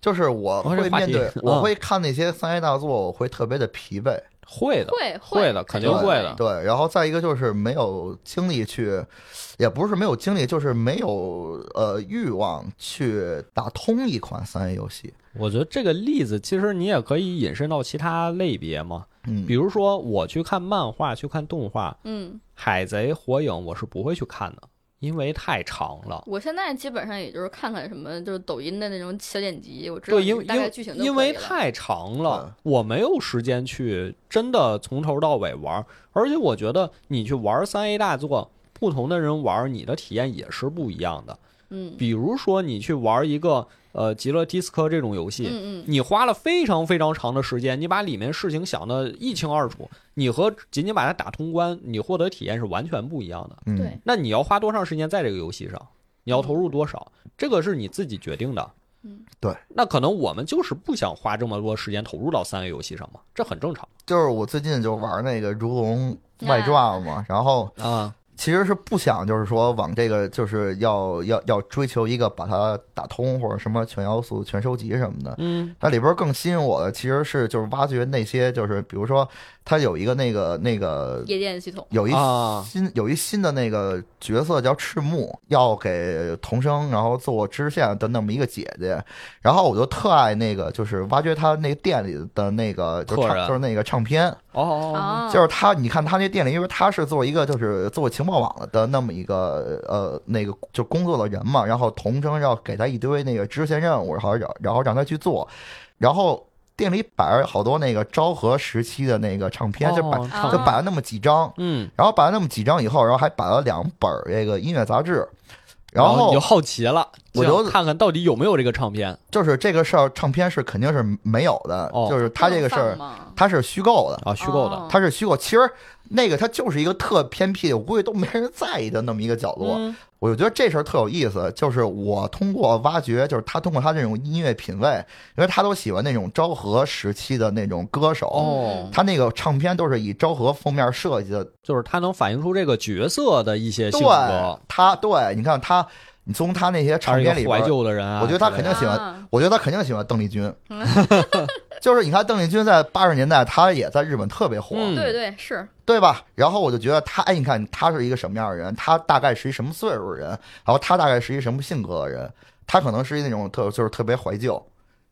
[SPEAKER 3] 就是我
[SPEAKER 2] 哦这
[SPEAKER 3] 会
[SPEAKER 2] 话
[SPEAKER 3] 面
[SPEAKER 2] 题
[SPEAKER 3] 对，我
[SPEAKER 2] 嗯
[SPEAKER 3] 会看那些三 A 大作，我会特别的疲惫。
[SPEAKER 2] 会的，
[SPEAKER 1] 会
[SPEAKER 2] 会的肯定
[SPEAKER 1] 会
[SPEAKER 2] 会的
[SPEAKER 3] 对，然后再一个就是没有精力去，也不是没有精力，就是没有呃欲望去打通一款三 A 游戏。
[SPEAKER 2] 我觉得这个例子其实你也可以引申到其他类别嘛，
[SPEAKER 3] 嗯
[SPEAKER 2] 比，如说我去看漫画，去看动画，
[SPEAKER 1] 嗯。
[SPEAKER 2] 《海贼》《火影》我是不会去看的，因为太长了。
[SPEAKER 1] 我现在基本上也就是看看什么，就是抖音的那种小剪辑，我知道
[SPEAKER 2] 对，因为
[SPEAKER 1] 大概剧
[SPEAKER 2] 因
[SPEAKER 1] 情
[SPEAKER 2] 为
[SPEAKER 1] 就
[SPEAKER 2] 因
[SPEAKER 1] 可
[SPEAKER 2] 为
[SPEAKER 1] 以了
[SPEAKER 2] 太长了，我没有时间去真的从头到尾玩儿。而且我觉得你去玩三 A 大作，不同的人玩儿，你的体验也是不一样的。
[SPEAKER 1] 嗯
[SPEAKER 2] 比如说你去玩一个呃《极乐迪斯科》这种游戏，
[SPEAKER 1] 嗯嗯，
[SPEAKER 2] 你花了非常非常长的时间，你把里面事情想得一清二楚，你和仅仅把它打通关，你获得体验是完全不一样的。
[SPEAKER 3] 嗯
[SPEAKER 1] 对，
[SPEAKER 2] 那你要花多长时间在这个游戏上？你要投入多少？这个是你自己决定的。
[SPEAKER 1] 嗯，
[SPEAKER 3] 对。
[SPEAKER 2] 那可能我们就是不想花这么多时间投入到三 A 游戏上嘛，这很正常
[SPEAKER 3] 就是我最近就玩那个《如龙外传》嘛，然后
[SPEAKER 2] 啊。
[SPEAKER 3] 其实是不想就是说往这个就是要要要追求一个把它打通或者什么全要素全收集什么的，
[SPEAKER 2] 嗯，
[SPEAKER 3] 那里边更吸引我的其实是就是挖掘那些就是比如说它有一个那个那个
[SPEAKER 1] 夜店系统，
[SPEAKER 3] 有一
[SPEAKER 2] 啊，
[SPEAKER 3] 新有一新的那个角色叫赤木，要给童生然后做支线的那么一个姐姐，然后我就特爱那个，就是挖掘他那店里的那个就是
[SPEAKER 2] 客人
[SPEAKER 3] 唱就是那个唱片，
[SPEAKER 2] 哦哦，哦
[SPEAKER 1] 啊，
[SPEAKER 3] 就是他，你看他那店里，因为他是做一个就是做情报网的那么一个呃那个就工作的人嘛，然后童生要给他一堆那个支线任务，然后让然后让他去做，然后店里摆着好多那个昭和时期的那个唱片，就摆
[SPEAKER 2] 哦
[SPEAKER 1] 啊
[SPEAKER 3] 就摆了那么几张。
[SPEAKER 2] 嗯，
[SPEAKER 3] 然后摆了那么几张以后，然后还摆了两本儿这个音乐杂志，然
[SPEAKER 2] 你
[SPEAKER 3] 后
[SPEAKER 2] 就好奇了，
[SPEAKER 3] 我觉得
[SPEAKER 2] 想看看到底有没有这个唱片。
[SPEAKER 3] 就是这个事儿，唱片是肯定是没有的，
[SPEAKER 2] 哦
[SPEAKER 3] 就是它这个事儿
[SPEAKER 1] 儿
[SPEAKER 3] 它是虚构的，
[SPEAKER 2] 啊，虚构的。
[SPEAKER 1] 哦
[SPEAKER 3] 它是虚构。其实那个它就是一个特偏僻，我估计都没人在意的那么一个角落。
[SPEAKER 2] 嗯
[SPEAKER 3] 我就觉得这事儿特有意思，就是我通过挖掘，就是他通过他这种音乐品味，因为他都喜欢那种昭和时期的那种歌手，
[SPEAKER 1] 嗯
[SPEAKER 2] 哦，
[SPEAKER 3] 他那个唱片都是以昭和封面设计的。
[SPEAKER 2] 就是它能反映出这个角色的一些性
[SPEAKER 3] 对
[SPEAKER 2] 格，，
[SPEAKER 3] 他对，你看他，你从他那些
[SPEAKER 2] 他
[SPEAKER 3] 唱
[SPEAKER 2] 是一个
[SPEAKER 3] 片里边
[SPEAKER 2] 怀，旧的人啊。
[SPEAKER 3] 我觉得他肯定喜欢
[SPEAKER 1] 啊
[SPEAKER 3] 我觉得他肯定喜欢邓丽君。就是你看邓丽君在八十年代，她也在日本特别火，
[SPEAKER 2] 嗯
[SPEAKER 1] 对对是，
[SPEAKER 3] 对吧？然后我就觉得他，哎，你看他是一个什么样的人，他大概是一什么岁数的人，然后他大概是一什么性格的人，他可能是一那种特就是特别怀旧，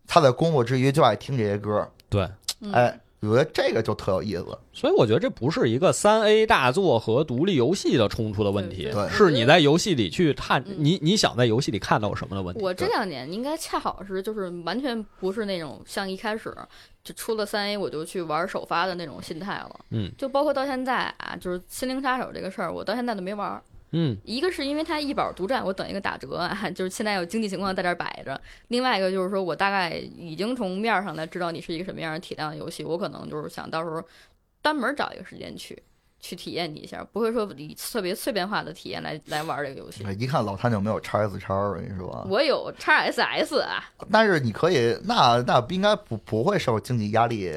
[SPEAKER 3] 他在工作之余就爱听这些歌，
[SPEAKER 2] 对，
[SPEAKER 1] 嗯
[SPEAKER 3] 哎，我觉得这个就特有意思。
[SPEAKER 2] 所以我觉得这不是一个三 A 大作和独立游戏的冲突的问题
[SPEAKER 1] 对，
[SPEAKER 3] 对
[SPEAKER 2] 是你在游戏里去看
[SPEAKER 1] 嗯
[SPEAKER 2] 你你想在游戏里看到什么的问题。
[SPEAKER 1] 我这两年应该恰好是，就是完全不是那种像一开始就出了三 A 我就去玩首发的那种心态了。
[SPEAKER 2] 嗯，
[SPEAKER 1] 就包括到现在啊，就是《心灵杀手》这个事儿，我到现在都没玩儿。
[SPEAKER 2] 嗯，
[SPEAKER 1] 一个是因为它一宝独占，我等一个打折啊， 就是现在有经济情况在这儿摆着；另外一个就是说我大概已经从面儿上来知道你是一个什么样的体量的游戏，我可能就是想到时候专门找一个时间去去体验你一下，不会说以特别碎片化的体验来来玩这个游戏。
[SPEAKER 3] 一看老谭就没有叉 S 叉，我跟你说，
[SPEAKER 1] 我有 x SS 啊，
[SPEAKER 3] 但是你可以，那那应该不不会受经济压力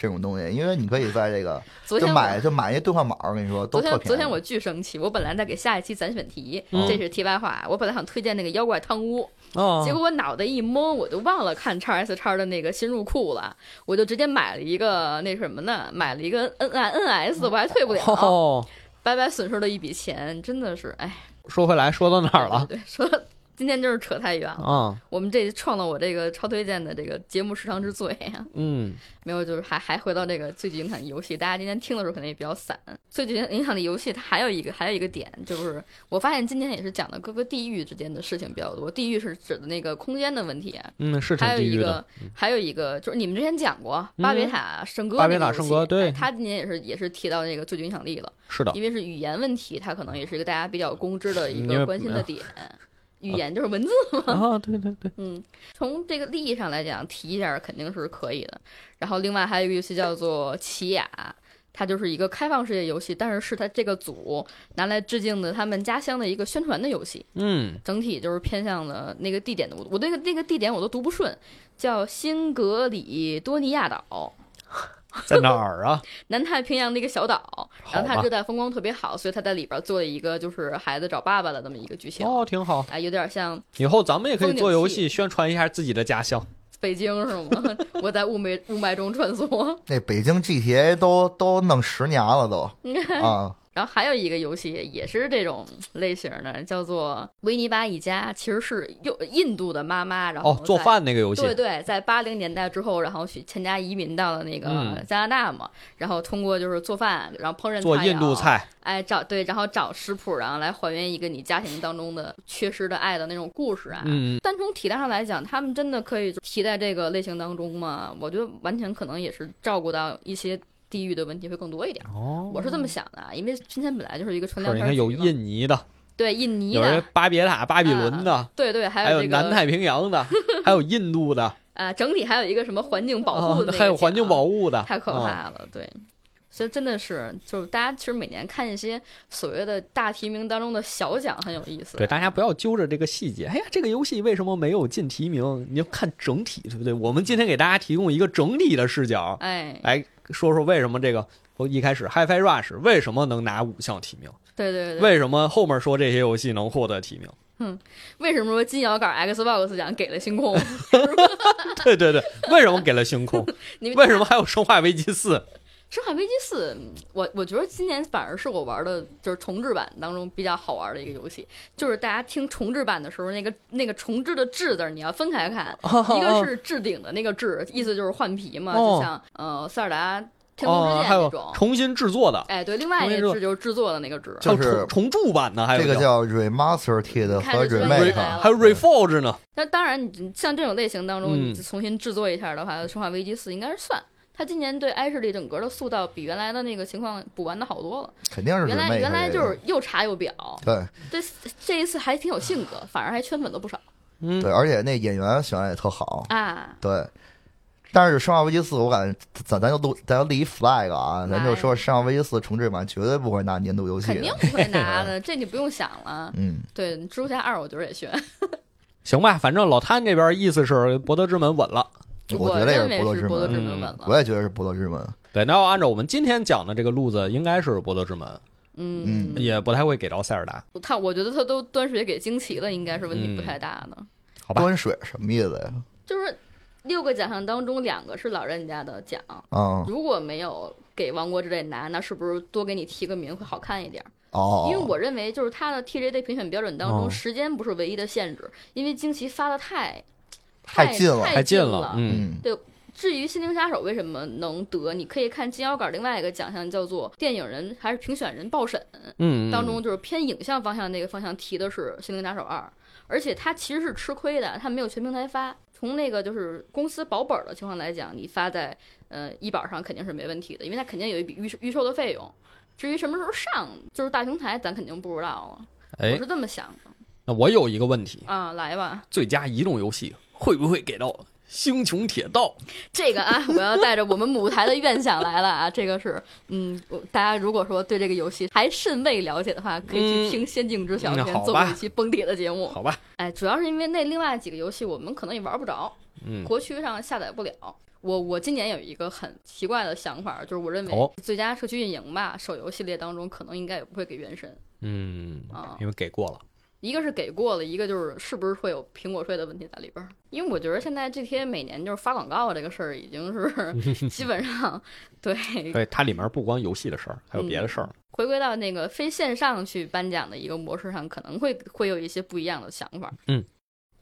[SPEAKER 3] 这种东西，因为你可以在这个
[SPEAKER 1] 昨
[SPEAKER 3] 就
[SPEAKER 1] 天我
[SPEAKER 3] 买就买一兑换码，我跟你说
[SPEAKER 1] 昨
[SPEAKER 3] 都特
[SPEAKER 1] 天
[SPEAKER 3] 便宜。
[SPEAKER 1] 昨天我巨生气，我本来在给下一期攒选题，
[SPEAKER 2] 嗯
[SPEAKER 1] 这是题外话。我本来想推荐那个妖怪汤屋，
[SPEAKER 2] 啊
[SPEAKER 1] 结果我脑袋一懵，我就忘了看叉 S 叉的那个新入库了，我就直接买了一个那什么呢？买了一个 N 啊 N S，我还退不了，
[SPEAKER 2] 嗯哦，
[SPEAKER 1] 白白损失了一笔钱，真的是哎。
[SPEAKER 2] 说回来，说到哪儿了？
[SPEAKER 1] 对，对说今天就是扯太远了，
[SPEAKER 2] 啊，
[SPEAKER 1] 我们这创了我这个超推荐的这个节目时长之最呀。
[SPEAKER 2] 嗯，
[SPEAKER 1] 没有，就是还还回到这个最具影响力游戏，大家今天听的时候可能也比较散。最具影响力游戏它还有一个还有一个点，就是我发现今天也是讲的各个地域之间的事情比较多。地域是指的那个空间的问题啊，
[SPEAKER 2] 嗯，是挺
[SPEAKER 1] 还有
[SPEAKER 2] 地
[SPEAKER 1] 一
[SPEAKER 2] 狱的嗯
[SPEAKER 1] 个。还有一个就是你们之前讲过巴别塔圣歌
[SPEAKER 2] 巴
[SPEAKER 1] 那
[SPEAKER 2] 别
[SPEAKER 1] 个游戏，
[SPEAKER 2] 塔圣歌对
[SPEAKER 1] 哎他今年也是也是提到那个最具影响力了，
[SPEAKER 2] 是的，嗯
[SPEAKER 1] 因为是语言问题，它可能也是一个大家比较公知的一
[SPEAKER 2] 因为
[SPEAKER 1] 个关心的 点。语言就是文字
[SPEAKER 2] 啊，对对对，
[SPEAKER 1] 嗯，从这个利益上来讲，提一下肯定是可以的。然后另外还有一个游戏叫做《奇雅》，它就是一个开放世界游戏，但是是它这个组拿来致敬的他们家乡的一个宣传的游戏。
[SPEAKER 2] 嗯，
[SPEAKER 1] 整体就是偏向了那个地点的，我我那个那个地点我都读不顺，叫辛格里多尼亚岛，
[SPEAKER 2] 在哪儿啊？
[SPEAKER 1] 南太平洋的一个小岛。 然后
[SPEAKER 2] 好吧
[SPEAKER 1] 它热带风光特别好，所以它在里边做了一个就是孩子找爸爸的这么一个剧情。
[SPEAKER 2] 哦，挺好。
[SPEAKER 1] 哎，有点像
[SPEAKER 2] 以后咱们也可以
[SPEAKER 1] 风景
[SPEAKER 2] 做游
[SPEAKER 1] 区
[SPEAKER 2] 戏，宣传一下自己的家乡。
[SPEAKER 1] 北京是吗？ 我在雾霾雾霾中穿梭。
[SPEAKER 3] 那北京 GTA 都都弄十年了都
[SPEAKER 1] 哎
[SPEAKER 2] 哦
[SPEAKER 3] 啊，
[SPEAKER 1] 然后还有一个游戏也是这种类型的，叫做《维尼巴一家》，其实是又印度的妈妈，然后
[SPEAKER 2] 哦，做
[SPEAKER 1] 在。
[SPEAKER 2] 饭那个游戏
[SPEAKER 1] 对对，在八零年代之后，然后去全家移民到了那个
[SPEAKER 2] 嗯
[SPEAKER 1] 加拿大嘛，然后通过就是做饭，然后烹饪
[SPEAKER 2] 做
[SPEAKER 1] 菜
[SPEAKER 2] 印度
[SPEAKER 1] 肴，
[SPEAKER 2] 菜，
[SPEAKER 1] 哎，找对，然后找食谱，然后来还原一个你家庭当中的缺失的爱的那种故事啊。
[SPEAKER 2] 嗯，
[SPEAKER 1] 单从体量上来讲，他们真的可以提在这个类型当中吗？我觉得完全可能也是照顾到一些地域的问题会更多一点。
[SPEAKER 2] 哦
[SPEAKER 1] 我是这么想的，啊，因为今天本来就是一个纯聊
[SPEAKER 2] 是你
[SPEAKER 1] 天儿
[SPEAKER 2] 看有
[SPEAKER 1] 局嘛
[SPEAKER 2] 印尼的，
[SPEAKER 1] 对印尼
[SPEAKER 2] 有人
[SPEAKER 1] 的，
[SPEAKER 2] 巴别塔、巴比伦的，
[SPEAKER 1] 对对，还
[SPEAKER 2] 还有
[SPEAKER 1] 这
[SPEAKER 2] 南
[SPEAKER 1] 个
[SPEAKER 2] 太平 洋的，还有印度的，
[SPEAKER 1] 啊，整体还有一个什么环境保
[SPEAKER 2] 啊
[SPEAKER 1] 护的那个
[SPEAKER 2] 还有环境
[SPEAKER 1] 奖
[SPEAKER 2] 保护的，
[SPEAKER 1] 太可怕
[SPEAKER 2] 啊！
[SPEAKER 1] 了，对。所以真的是，就是大家其实每年看一些所谓的大提名当中的小奖很有意思。
[SPEAKER 2] 对，大家不要揪着这个细节。哎呀，这个游戏为什么没有进提名？你要看整体，对不对？我们今天给大家提供一个整体的视角，
[SPEAKER 1] 哎，
[SPEAKER 2] 来说说为什么这个我一开始 HiFi Rush 为什么能拿五项提名？
[SPEAKER 1] 对对对，为
[SPEAKER 2] 为什么后面说这些游戏能获得提名？
[SPEAKER 1] 为什么说金摇杆 Xbox 奖给了星空？
[SPEAKER 2] 对对对，为什么给了星空？
[SPEAKER 1] 你
[SPEAKER 2] 为什么还有《生化危机四》？
[SPEAKER 1] 生化危机四，嗯我我觉得今年反而是我玩的，就是重置版当中比较好玩的一个游戏。就是大家听重置版的时候，那个那个重置的“置”字儿，你要分开看，一个是置顶的那个“置”，意思就是换皮嘛，
[SPEAKER 2] 哦
[SPEAKER 1] 就像呃塞尔达天空之
[SPEAKER 2] 哦，
[SPEAKER 1] 剑
[SPEAKER 2] 还
[SPEAKER 1] 那
[SPEAKER 2] 有
[SPEAKER 1] 种。
[SPEAKER 2] 重新制作的，
[SPEAKER 1] 哎，对，另外一
[SPEAKER 2] 重新制
[SPEAKER 1] 个
[SPEAKER 2] 作
[SPEAKER 1] 置就是制作的那个置，
[SPEAKER 2] 还有
[SPEAKER 3] 就是
[SPEAKER 2] 重重铸版的，还有
[SPEAKER 3] 这个
[SPEAKER 2] 叫
[SPEAKER 3] 叫 Remastered
[SPEAKER 1] 看
[SPEAKER 3] 和
[SPEAKER 1] 着就专业
[SPEAKER 3] Remake，
[SPEAKER 1] 的呀
[SPEAKER 2] 还有 Reforge 呢。
[SPEAKER 1] 那当然，你像这种类型当中，
[SPEAKER 2] 嗯
[SPEAKER 1] 你重新制作一下的话，生化危机四》应该是算。它今年对艾什利整个的塑造比原来的那个情况补完的好多了。
[SPEAKER 3] 肯定是 Remake 这个。
[SPEAKER 1] 原来原来就是又查又表，
[SPEAKER 3] 对
[SPEAKER 1] 这这一次还挺有性格，反而还圈粉了不少。
[SPEAKER 2] 嗯
[SPEAKER 3] 对，而且那演员选的也特好，
[SPEAKER 1] 啊，
[SPEAKER 3] 对。但是《生化危机四》，我感觉咱咱就录，咱就立一 flag 啊，咱就说《生化危机四》重置版绝对不会拿年度游戏
[SPEAKER 1] 肯定
[SPEAKER 3] 的。
[SPEAKER 1] 不会拿 的，这你不用想了。
[SPEAKER 3] 嗯，
[SPEAKER 1] 对，蜘蛛侠二我觉得也悬，
[SPEAKER 2] 行吧，反正老摊这边意思是博德之门稳了。
[SPEAKER 3] 我觉得也
[SPEAKER 1] 认
[SPEAKER 3] 是
[SPEAKER 1] 为
[SPEAKER 3] 博德
[SPEAKER 1] 是
[SPEAKER 3] 之
[SPEAKER 1] 博德
[SPEAKER 3] 门，
[SPEAKER 1] 之门稳
[SPEAKER 2] 嗯
[SPEAKER 1] 了。
[SPEAKER 3] 我也觉得是博德之门。
[SPEAKER 2] 对，那要按照我们今天讲的这个路子，应该是博德之门，
[SPEAKER 1] 嗯，
[SPEAKER 2] 也不太会给到塞尔达。
[SPEAKER 1] 他我觉得他都端水给惊奇了，应该是问题不太大的。
[SPEAKER 2] 好吧，
[SPEAKER 3] 端水什么意思呀？
[SPEAKER 1] 就是六个奖项当中，两个是老人家的奖，
[SPEAKER 3] 嗯，
[SPEAKER 1] 如果没有给《王国之泪》拿，那是不是多给你提个名会好看一点？
[SPEAKER 3] 哦，
[SPEAKER 1] 因为我认为就是他的 TJ 的评选标准当中，
[SPEAKER 2] 哦
[SPEAKER 1] 时间不是唯一的限制，因为惊奇发的太
[SPEAKER 3] 太近了
[SPEAKER 1] 太
[SPEAKER 2] 太近
[SPEAKER 1] 了
[SPEAKER 2] 了，。嗯，
[SPEAKER 3] 嗯
[SPEAKER 1] 至于《心灵杀手》为什么能得，你可以看金腰杆另外一个奖项叫做电影人还是评选人报审，
[SPEAKER 2] 嗯
[SPEAKER 1] 当中就是偏影像方向那个方向提的是《心灵打手二》，而且它其实是吃亏的，它没有全平台发。从那个就是公司保本儿的情况来讲，你发在呃一板上肯定是没问题的，因为它肯定有一笔预售预售的费用。至于什么时候上，就是大平台，咱肯定不知道了。我
[SPEAKER 2] 哎，
[SPEAKER 1] 是这么想的
[SPEAKER 2] 那我有一个问题，
[SPEAKER 1] 啊，来吧，
[SPEAKER 2] 最佳移动游戏会不会给到《星穹铁道》？
[SPEAKER 1] 这个啊，我要带着我们舞台的愿想来了啊，这个是嗯，我大家如果说对这个游戏还甚未了解的话，可以去
[SPEAKER 2] 嗯
[SPEAKER 1] 听《仙境之小
[SPEAKER 2] 嗯
[SPEAKER 1] 天》
[SPEAKER 2] 好
[SPEAKER 1] 做
[SPEAKER 2] 吧
[SPEAKER 1] 过一期崩铁的节目。
[SPEAKER 2] 好吧，
[SPEAKER 1] 哎，主要是因为那另外几个游戏我们可能也玩不着，
[SPEAKER 2] 嗯
[SPEAKER 1] 国区上下载不了。我我今年有一个很奇怪的想法，就是我认为
[SPEAKER 2] 哦
[SPEAKER 1] 最佳社区运营吧，手游系列当中可能应该也不会给原神
[SPEAKER 2] 嗯，
[SPEAKER 1] 啊、
[SPEAKER 2] 因为给过了，
[SPEAKER 1] 一个是给过了，一个就是是不是会有苹果税的问题在里边儿。因为我觉得现在 GTA 每年就是发广告这个事儿，已经是基本上对
[SPEAKER 2] 对，它里面不光游戏的事儿，还有别的事儿。
[SPEAKER 1] 回归到那个非线上去颁奖的一个模式上，可能会会有一些不一样的想法。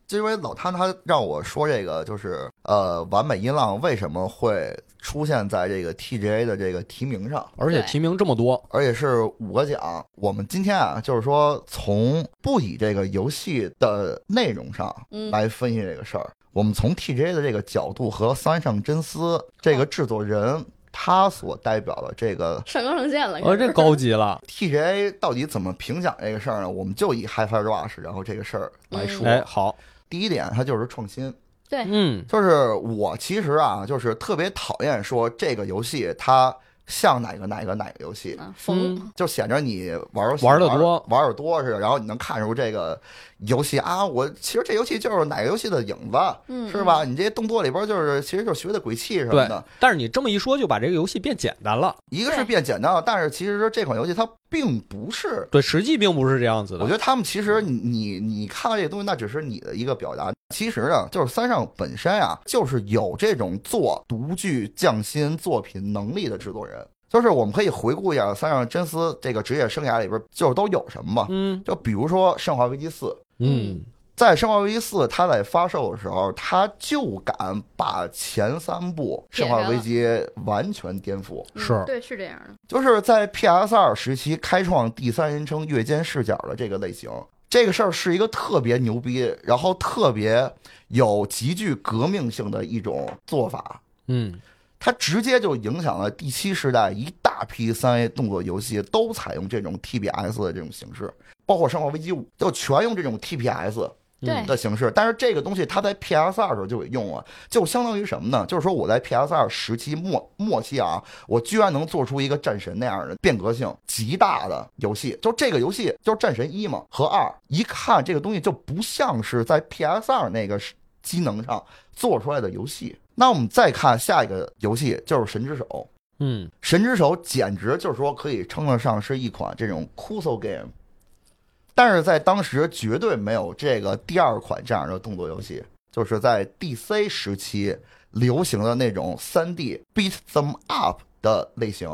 [SPEAKER 3] 就因为老汤他让我说这个，就是呃，完美音浪为什么会出现在这个 TGA 的这个提名上，
[SPEAKER 2] 而且
[SPEAKER 1] 对
[SPEAKER 2] 提名这么多，
[SPEAKER 3] 而且是五个奖。我们今天啊，就是说从不以这个游戏的内容上
[SPEAKER 1] 嗯，
[SPEAKER 3] 来分析这个事儿，我们从 TGA 的这个角度和三上真司这个制作人他所代表的这个
[SPEAKER 1] 上纲上线了。
[SPEAKER 2] 呃，这高级了。
[SPEAKER 3] TGA 到底怎么评奖这个事儿呢？我们就以 HiFi Rush 然后这个事儿来说。
[SPEAKER 2] 哎，好，
[SPEAKER 3] 第一点，它就是创新。
[SPEAKER 2] 嗯，
[SPEAKER 3] 就是我其实啊，就是特别讨厌说这个游戏它像哪个哪个哪个游戏，
[SPEAKER 1] 啊，冯、
[SPEAKER 2] 嗯
[SPEAKER 3] 就显着你玩游戏
[SPEAKER 2] 玩得
[SPEAKER 3] 得
[SPEAKER 2] 多
[SPEAKER 3] 玩得多似的，然后你能看出这个游戏啊，我其实这游戏就是哪个游戏的影子，
[SPEAKER 1] 嗯
[SPEAKER 3] 是吧？你这动作里边就是其实就是学的鬼泣什么
[SPEAKER 2] 对
[SPEAKER 3] 的，。
[SPEAKER 2] 但是你这么一说，就把这个游戏变简单了。
[SPEAKER 3] 一个是
[SPEAKER 1] 对
[SPEAKER 3] 变简单了，但是其实说这款游戏它并不是。
[SPEAKER 2] 对，实际并不是这样子
[SPEAKER 3] 我觉
[SPEAKER 2] 的。嗯
[SPEAKER 3] 得他们其实你你你看到这个东西，那只是你的一个表达。其实呢，就是三上本身啊，就是有这种做独具匠心作品能力的制作人。就是我们可以回顾一下三上真司这个职业生涯里边，就是都有什么嘛。
[SPEAKER 2] 嗯
[SPEAKER 3] 就比如说《生化危机四》，
[SPEAKER 2] 嗯，
[SPEAKER 3] 在《生化危机四》它在发售的时候，它就敢把前三部《生化危机》完全颠覆，
[SPEAKER 1] 嗯
[SPEAKER 2] 是
[SPEAKER 1] 对，是这样的。
[SPEAKER 3] 就是在 PS 二时期开创第三人称跃间视角的这个类型。这个事儿是一个特别牛逼，然后特别有极具革命性的一种做法。
[SPEAKER 2] 嗯，
[SPEAKER 3] 它直接就影响了第七时代一大批三 A 动作游戏都采用这种 TPS 的这种形式，包括《生化危机五》就全用这种 TPS
[SPEAKER 2] 嗯
[SPEAKER 1] 对
[SPEAKER 3] 的形式。但是这个东西它在 PS 二时候就给用了，就相当于什么呢？就是说我在 PS 二时期末末期啊，我居然能做出一个战神那样的变革性极大的游戏。就这个游戏就是战神一嘛和二，一看这个东西就不像是在 PS 二那个时机能上做出来的游戏。那我们再看下一个游戏，就是《神之手》。
[SPEAKER 2] 嗯，
[SPEAKER 3] 《神之手》简直就是说可以称得上是一款这种 c u s o game，但是在当时绝对没有这个第二款这样的动作游戏，就是在 DC 时期流行的那种 3D beat them up 的类型。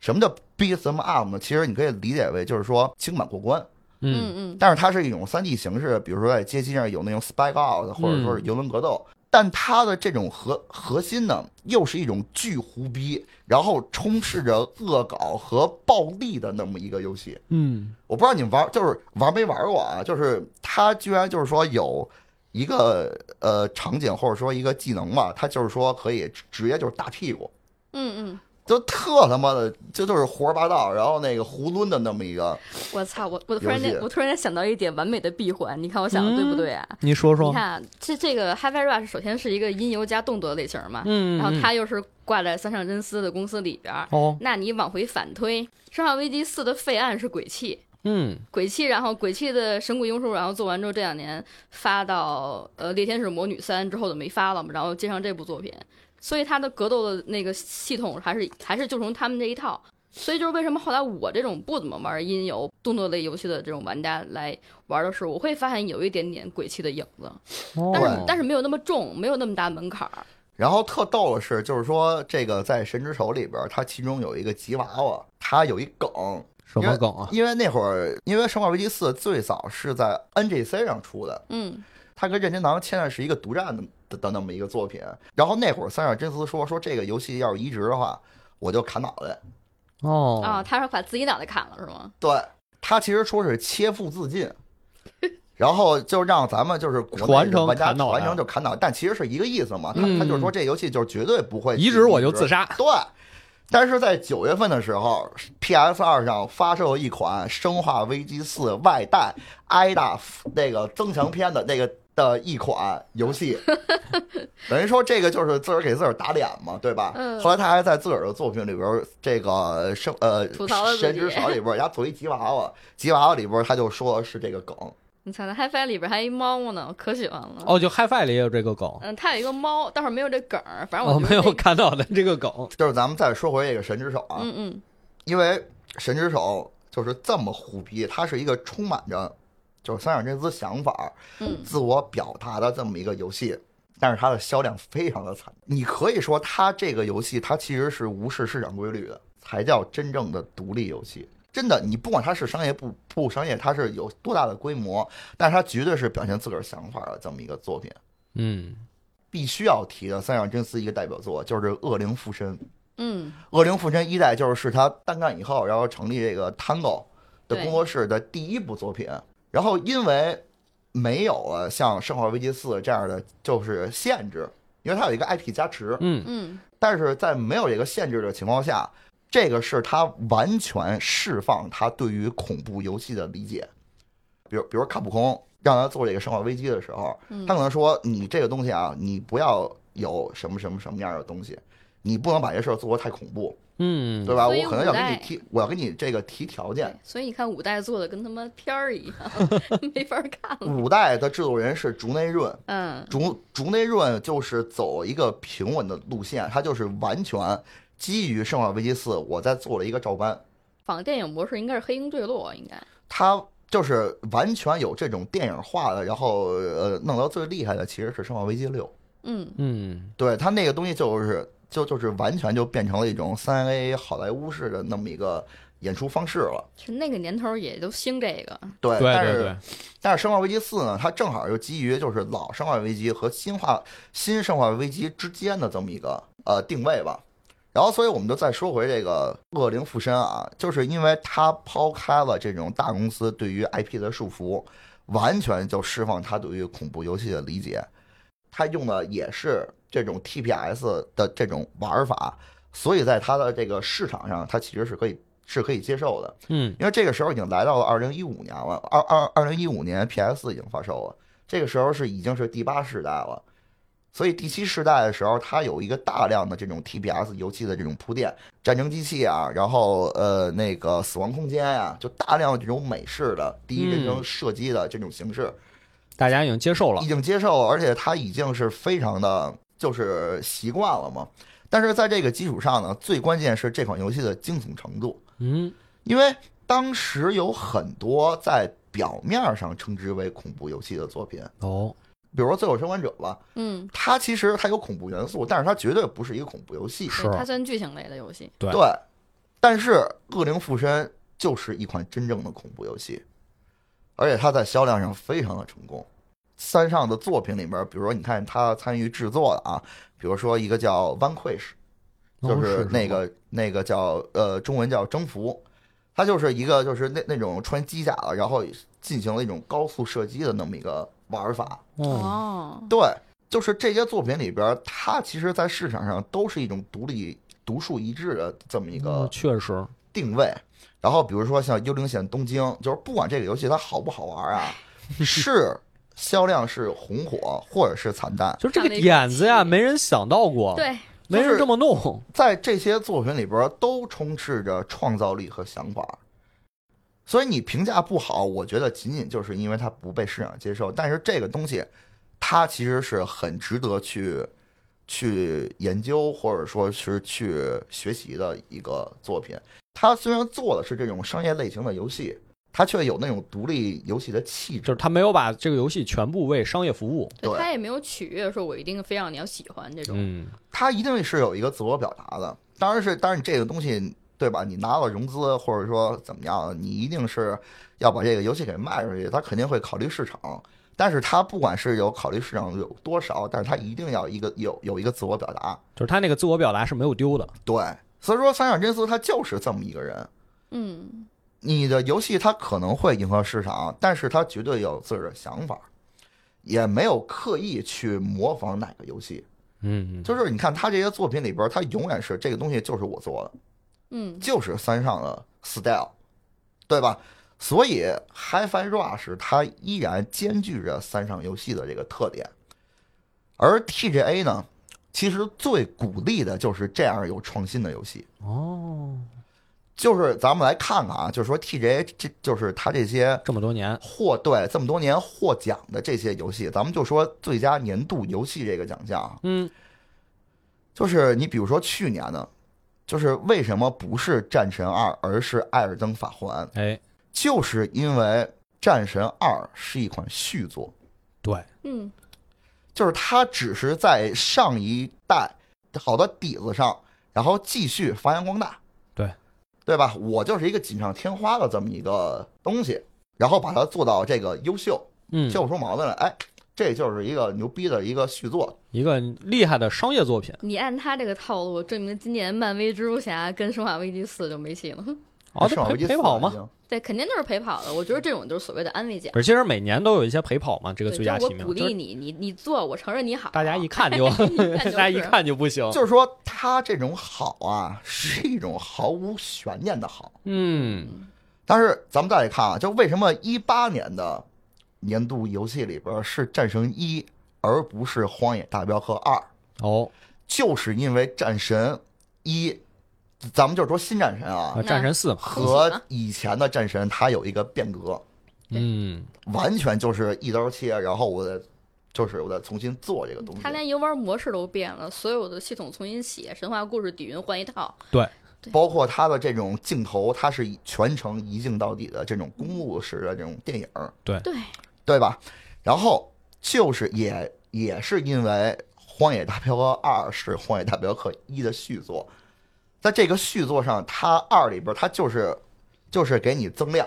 [SPEAKER 3] 什么叫 beat them up 呢？其实你可以理解为就是说轻板过关，
[SPEAKER 2] 嗯，
[SPEAKER 1] 嗯
[SPEAKER 3] 但是它是一种 3D 形式，比如说在街机上有那种 spike out，或者说是游轮格斗。但它的这种核核心呢，又是一种巨胡逼，然后充斥着恶搞和暴力的那么一个游戏。
[SPEAKER 2] 嗯，
[SPEAKER 3] 我不知道你们玩就是玩没玩过啊？就是它居然就是说有一个呃场景或者说一个技能吧，它就是说可以直直接就是打屁股，
[SPEAKER 1] 嗯嗯嗯，
[SPEAKER 3] 就特他妈的，这就是胡说八道，然后那个囫囵的那么一个，
[SPEAKER 1] 我操，我我突然
[SPEAKER 3] 游戏
[SPEAKER 1] 间我突然间想到一点完美的闭环，你看我想的对不对啊？
[SPEAKER 2] 你说
[SPEAKER 1] 你
[SPEAKER 2] 说，
[SPEAKER 1] 看这这个 h i f i Rush 首先是一个音游加动作类型嘛，
[SPEAKER 2] 嗯，
[SPEAKER 1] 然后
[SPEAKER 2] 嗯
[SPEAKER 1] 它又是挂在三上真司的公司里边儿，
[SPEAKER 2] 哦，
[SPEAKER 1] 那你往回反推，《生化危机四》的废案是鬼泣，
[SPEAKER 2] 嗯
[SPEAKER 1] 鬼泣，然后鬼泣的神谷英树，然后做完之后这两年发到呃《猎天使魔女三》之后就没发了嘛，然后接上这部作品，所以他的格斗的那个系统还是还是就从他们这一套，所以就是为什么后来我这种不怎么玩音游动作类游戏的这种玩家来玩的时候，我会发现有一点点鬼泣的影子，但是
[SPEAKER 2] 哦，
[SPEAKER 1] 但是没有那么重，没有那么大门槛儿，
[SPEAKER 3] 然后特逗的是，就是说这个在《神之手》里边，它其中有一个吉娃娃，它有一梗，
[SPEAKER 2] 什么梗啊？
[SPEAKER 3] 因为那会儿因为《生化危机四》最早是在 NGC 上出的，
[SPEAKER 1] 嗯，
[SPEAKER 3] 它跟任天堂签的是一个独占的的的那么一个作品。然后那会儿三上真司说说这个游戏要是移植的话，我就砍脑袋。
[SPEAKER 2] 哦
[SPEAKER 1] 啊，他是把自己脑袋砍了是吗？
[SPEAKER 3] 对他其实说是切腹自尽，然后就让咱们就是国内
[SPEAKER 2] 传承
[SPEAKER 3] 的玩家
[SPEAKER 2] 砍脑袋
[SPEAKER 3] 传承就砍脑袋，但其实是一个意思嘛。他
[SPEAKER 2] 嗯
[SPEAKER 3] 他就是说这游戏就是绝对不会
[SPEAKER 2] 移植我就自。杀，
[SPEAKER 3] 对。但是在九月份的时候，PS 二上发售了一款《生化危机四》外带挨打那个增强篇的那个的一款 游戏，等于说这个就是自个儿给自个儿打脸嘛，对吧？
[SPEAKER 1] 嗯
[SPEAKER 3] 后来他还在自个儿的作品里边儿，这个生呃
[SPEAKER 1] 吐槽了自己
[SPEAKER 3] 神 之手里边儿，人家做一吉娃娃，吉娃娃里边儿他就说是这个梗，
[SPEAKER 1] 你瞧那 HiFi 里边还一猫呢，我可喜欢了。
[SPEAKER 2] 哦，就 HiFi 里也有这个梗，
[SPEAKER 1] 嗯，它有一个猫，但是没有这梗儿，反正
[SPEAKER 2] 我哎
[SPEAKER 1] 我觉
[SPEAKER 2] 哦没
[SPEAKER 1] 得
[SPEAKER 2] 有
[SPEAKER 1] 这个
[SPEAKER 2] 看到的这个梗，
[SPEAKER 3] 就是咱们再说回这个神之手啊，
[SPEAKER 1] 嗯嗯，
[SPEAKER 3] 因为神之手就是这么虎逼，它是一个充满着就是三上真司想法、
[SPEAKER 1] 嗯
[SPEAKER 3] 自我表达的这么一个游戏，但是它的销量非常的惨。你可以说它这个游戏它其实是无视市场规律的，才叫真正的独立游戏。真的，你不管它是商业不不商业，它是有多大的规模，但是它绝对是表现自个儿想法的这么一个作品。
[SPEAKER 2] 嗯，
[SPEAKER 3] 必须要提的三上真司一个代表作就是《恶灵附身》。
[SPEAKER 1] 嗯，
[SPEAKER 3] 《恶灵附身》一代就是他单干以后，然后成立这个 Tango 的
[SPEAKER 1] 对
[SPEAKER 3] 工作室的第一部作品。然后因为没有了像《生化危机四》这样的就是限制，因为它有一个 IP 加持，
[SPEAKER 2] 嗯，
[SPEAKER 1] 嗯，
[SPEAKER 3] 但是在没有这个限制的情况下，这个是他完全释放他对于恐怖游戏的理解。比如，比如卡普空让他做这个《生化危机》的时候，
[SPEAKER 1] 嗯
[SPEAKER 3] 他可能说：“你这个东西啊，你不要有什么什么什么样的东西，你不能把这事儿做得太恐怖。”
[SPEAKER 2] 嗯，
[SPEAKER 3] 对吧？
[SPEAKER 1] 所以
[SPEAKER 3] 我可能要
[SPEAKER 1] 五
[SPEAKER 3] 给
[SPEAKER 1] 代
[SPEAKER 3] 你提，我要给你这个提条件。
[SPEAKER 1] 所以你看五代做的跟他妈片儿一样，没法看了。
[SPEAKER 3] 五代的制作人是竹内润，
[SPEAKER 1] 嗯
[SPEAKER 3] 竹竹内润就是走一个平稳的路线，他就是完全基于《生化危机四》，我在做了一个照搬，
[SPEAKER 1] 仿电影模式应该是《黑鹰坠落》，应该
[SPEAKER 3] 他就是完全有这种电影化的，然后呃，弄到最厉害的其实是《生化危机六》，
[SPEAKER 1] 嗯
[SPEAKER 2] 嗯，
[SPEAKER 3] 对他那个东西就是就就是完全就变成了一种三 A 好莱坞式的那么一个演出方式了。
[SPEAKER 1] 是那个年头儿也都兴这个，
[SPEAKER 3] 对，
[SPEAKER 2] 对
[SPEAKER 3] 但
[SPEAKER 2] 对
[SPEAKER 3] 是
[SPEAKER 2] 对，
[SPEAKER 3] 但是《生化危机四》呢，它正好又基于就是老《生化危机》和新化新《生化危机》之间的这么一个呃定位吧。然后，所以我们就再说回这个《恶灵附身》啊，就是因为它抛开了这种大公司对于 IP 的束缚，完全就释放它对于恐怖游戏的理解。它用的也是这种 TPS 的这种玩法，所以在它的这个市场上，它其实是可以是可以接受的。
[SPEAKER 2] 嗯，
[SPEAKER 3] 因为这个时候已经来到了二零一五年了，二二二零一五年 PS 已经发售了，这个时候是已经是第八世代了，所以第七世代的时候，它有一个大量的这种 TPS 游戏的这种铺垫，战争机器啊，然后呃那个死亡空间呀、就大量的这种美式的第一人称
[SPEAKER 2] 嗯
[SPEAKER 3] 射击的这种形式、
[SPEAKER 2] 大家已经接受了
[SPEAKER 3] 已，经接受了，而且它已经是非常的就是习惯了嘛。但是在这个基础上呢，最关键是这款游戏的惊悚程度。
[SPEAKER 2] 嗯，
[SPEAKER 3] 因为当时有很多在表面上称之为恐怖游戏的作品，
[SPEAKER 2] 哦，
[SPEAKER 3] 比如说《最后生还者》吧，
[SPEAKER 1] 嗯，
[SPEAKER 3] 它其实它有恐怖元素，但是它绝对不是一个恐怖游戏。
[SPEAKER 2] 是
[SPEAKER 1] 对，它算剧情类的游戏。
[SPEAKER 2] 对
[SPEAKER 3] 对，但是《恶灵附身》就是一款真正的恐怖游戏，而且它在销量上非常的成功。三上的作品里面，比如说你看他参与制作的啊，比如说一个叫《Vanquish》，就
[SPEAKER 2] 哦
[SPEAKER 3] 是
[SPEAKER 2] 是
[SPEAKER 3] 那个那个叫呃中文叫征服，它就是一个就是那那种穿机甲了，然后进行了一种高速射击的那么一个玩法。
[SPEAKER 2] 哦，
[SPEAKER 1] 哦，
[SPEAKER 3] 对，就是这些作品里边，它其实在市场上都是一种独立独树一帜的这么一个
[SPEAKER 1] 哦
[SPEAKER 2] 嗯确实，
[SPEAKER 3] 定位。然后比如说像《幽灵线：东京》，就是不管这个游戏它好不好玩啊，是销量是红火或者是惨淡，
[SPEAKER 2] 就是这
[SPEAKER 1] 上
[SPEAKER 2] 个
[SPEAKER 1] 了一
[SPEAKER 2] 点子呀，
[SPEAKER 1] 期
[SPEAKER 2] 没人想到过，，
[SPEAKER 1] 对，
[SPEAKER 2] 没
[SPEAKER 3] 就是
[SPEAKER 2] 人这么弄，
[SPEAKER 3] 在这些作品里边都充斥着创造力和想法。所以你评价不好，我觉得仅仅就是因为它不被市场接受。但是这个东西，它其实是很值得去去研究，或者说是去学习的一个作品。它虽然做的是这种商业类型的游戏，它却有那种独立游戏的气
[SPEAKER 2] 就是
[SPEAKER 3] 质。
[SPEAKER 2] 他没有把这个游戏全部为商业服务，
[SPEAKER 1] 对
[SPEAKER 3] 对
[SPEAKER 1] 他也没有取悦说我一定非让你要喜欢这种，
[SPEAKER 2] 嗯，
[SPEAKER 3] 它一定是有一个自我表达的。当然是，当然这个东西对吧？你拿了融资或者说怎么样，你一定是要把这个游戏给卖出去，它肯定会考虑市场。但是它不管是有考虑市场有多少，但是它一定要一个有有一个自我表达。
[SPEAKER 2] 就是他那个自我表达是没有丢的，
[SPEAKER 3] 对，所以说三上真司他就是这么一个人。
[SPEAKER 1] 嗯，
[SPEAKER 3] 你的游戏它可能会迎合市场，但是它绝对有自己的想法，也没有刻意去模仿哪个游戏。
[SPEAKER 2] 嗯，
[SPEAKER 3] 就是你看他这些作品里边，他永远是这个东西就是我做的，
[SPEAKER 1] 嗯，
[SPEAKER 3] 就是三上的 style，对吧？所以 HiFi Rush 它依然兼具着三上游戏的这个特点，而 TGA 呢，其实最鼓励的就是这样有创新的游戏。
[SPEAKER 2] 哦，
[SPEAKER 3] 就是咱们来看看啊，就是说 TGA 这就是它这些
[SPEAKER 2] 这么多年，
[SPEAKER 3] 获对这么多年获奖的这些游戏，咱们就说最佳年度游戏这个奖项啊，
[SPEAKER 2] 嗯，
[SPEAKER 3] 就是你比如说去年呢，就是为什么不是《战神二》，而是《艾尔登法环》，
[SPEAKER 2] 哎，
[SPEAKER 3] 就是因为《战神二》是一款续作，
[SPEAKER 2] 对，
[SPEAKER 1] 嗯，
[SPEAKER 3] 就是它只是在上一代好的底子上，然后继续发扬光大，
[SPEAKER 2] 对，
[SPEAKER 3] 对吧？我就是一个锦上添花的这么一个东西，然后把它做到这个优秀，
[SPEAKER 2] 嗯，
[SPEAKER 3] 挑不出毛病来，哎，这就是一个牛逼的一个续作，
[SPEAKER 2] 一个厉害的商业作品，
[SPEAKER 1] 你按他这个套路，证明今年漫威蜘蛛侠跟生化危机四就没戏了。
[SPEAKER 2] 哦，
[SPEAKER 3] 是
[SPEAKER 2] 这
[SPEAKER 3] 吧
[SPEAKER 2] 陪陪跑嘛，？
[SPEAKER 1] 对，肯定就是陪跑的。我觉得这种就是所谓的安慰奖
[SPEAKER 2] 不，是，其实每年都有一些陪跑嘛，这个
[SPEAKER 1] 对，就
[SPEAKER 2] 最
[SPEAKER 1] 是
[SPEAKER 2] 佳
[SPEAKER 1] 我
[SPEAKER 2] 提名，
[SPEAKER 1] 鼓
[SPEAKER 2] 就是
[SPEAKER 1] 励你，你你做，我承认你好。啊
[SPEAKER 2] 大 家一看就，
[SPEAKER 1] 看就
[SPEAKER 2] 大家一
[SPEAKER 1] 是
[SPEAKER 2] 看就不行，
[SPEAKER 3] 就是说，他这种好啊，是一种毫无悬念的好。
[SPEAKER 2] 嗯，
[SPEAKER 3] 但是咱们再来看啊，就为什么一八年的年度游戏里边是《战神一》，而不是《荒野大镖客二》，
[SPEAKER 2] 哦，
[SPEAKER 3] 就是因为《战神一》，咱们就说新战神啊
[SPEAKER 2] 啊，战神四嘛，
[SPEAKER 3] 和以前的战神它有一个变革，
[SPEAKER 1] 对
[SPEAKER 2] 嗯，
[SPEAKER 3] 完全就是一刀切，然后我再就是我再重新做这个东西
[SPEAKER 1] 嗯他。连游玩模式都变了，所有的系统重新写，神话故事底蕴换一套。
[SPEAKER 2] 哎
[SPEAKER 3] 包括它的这种镜头，它是以全程一镜到底的这种公路式的这种电影，
[SPEAKER 1] 对，
[SPEAKER 3] 对吧？然后就是也也是因为《荒野大镖客二》是《荒野大镖客一》的续作，在这个续作上，它二里边它就是就是给你增量，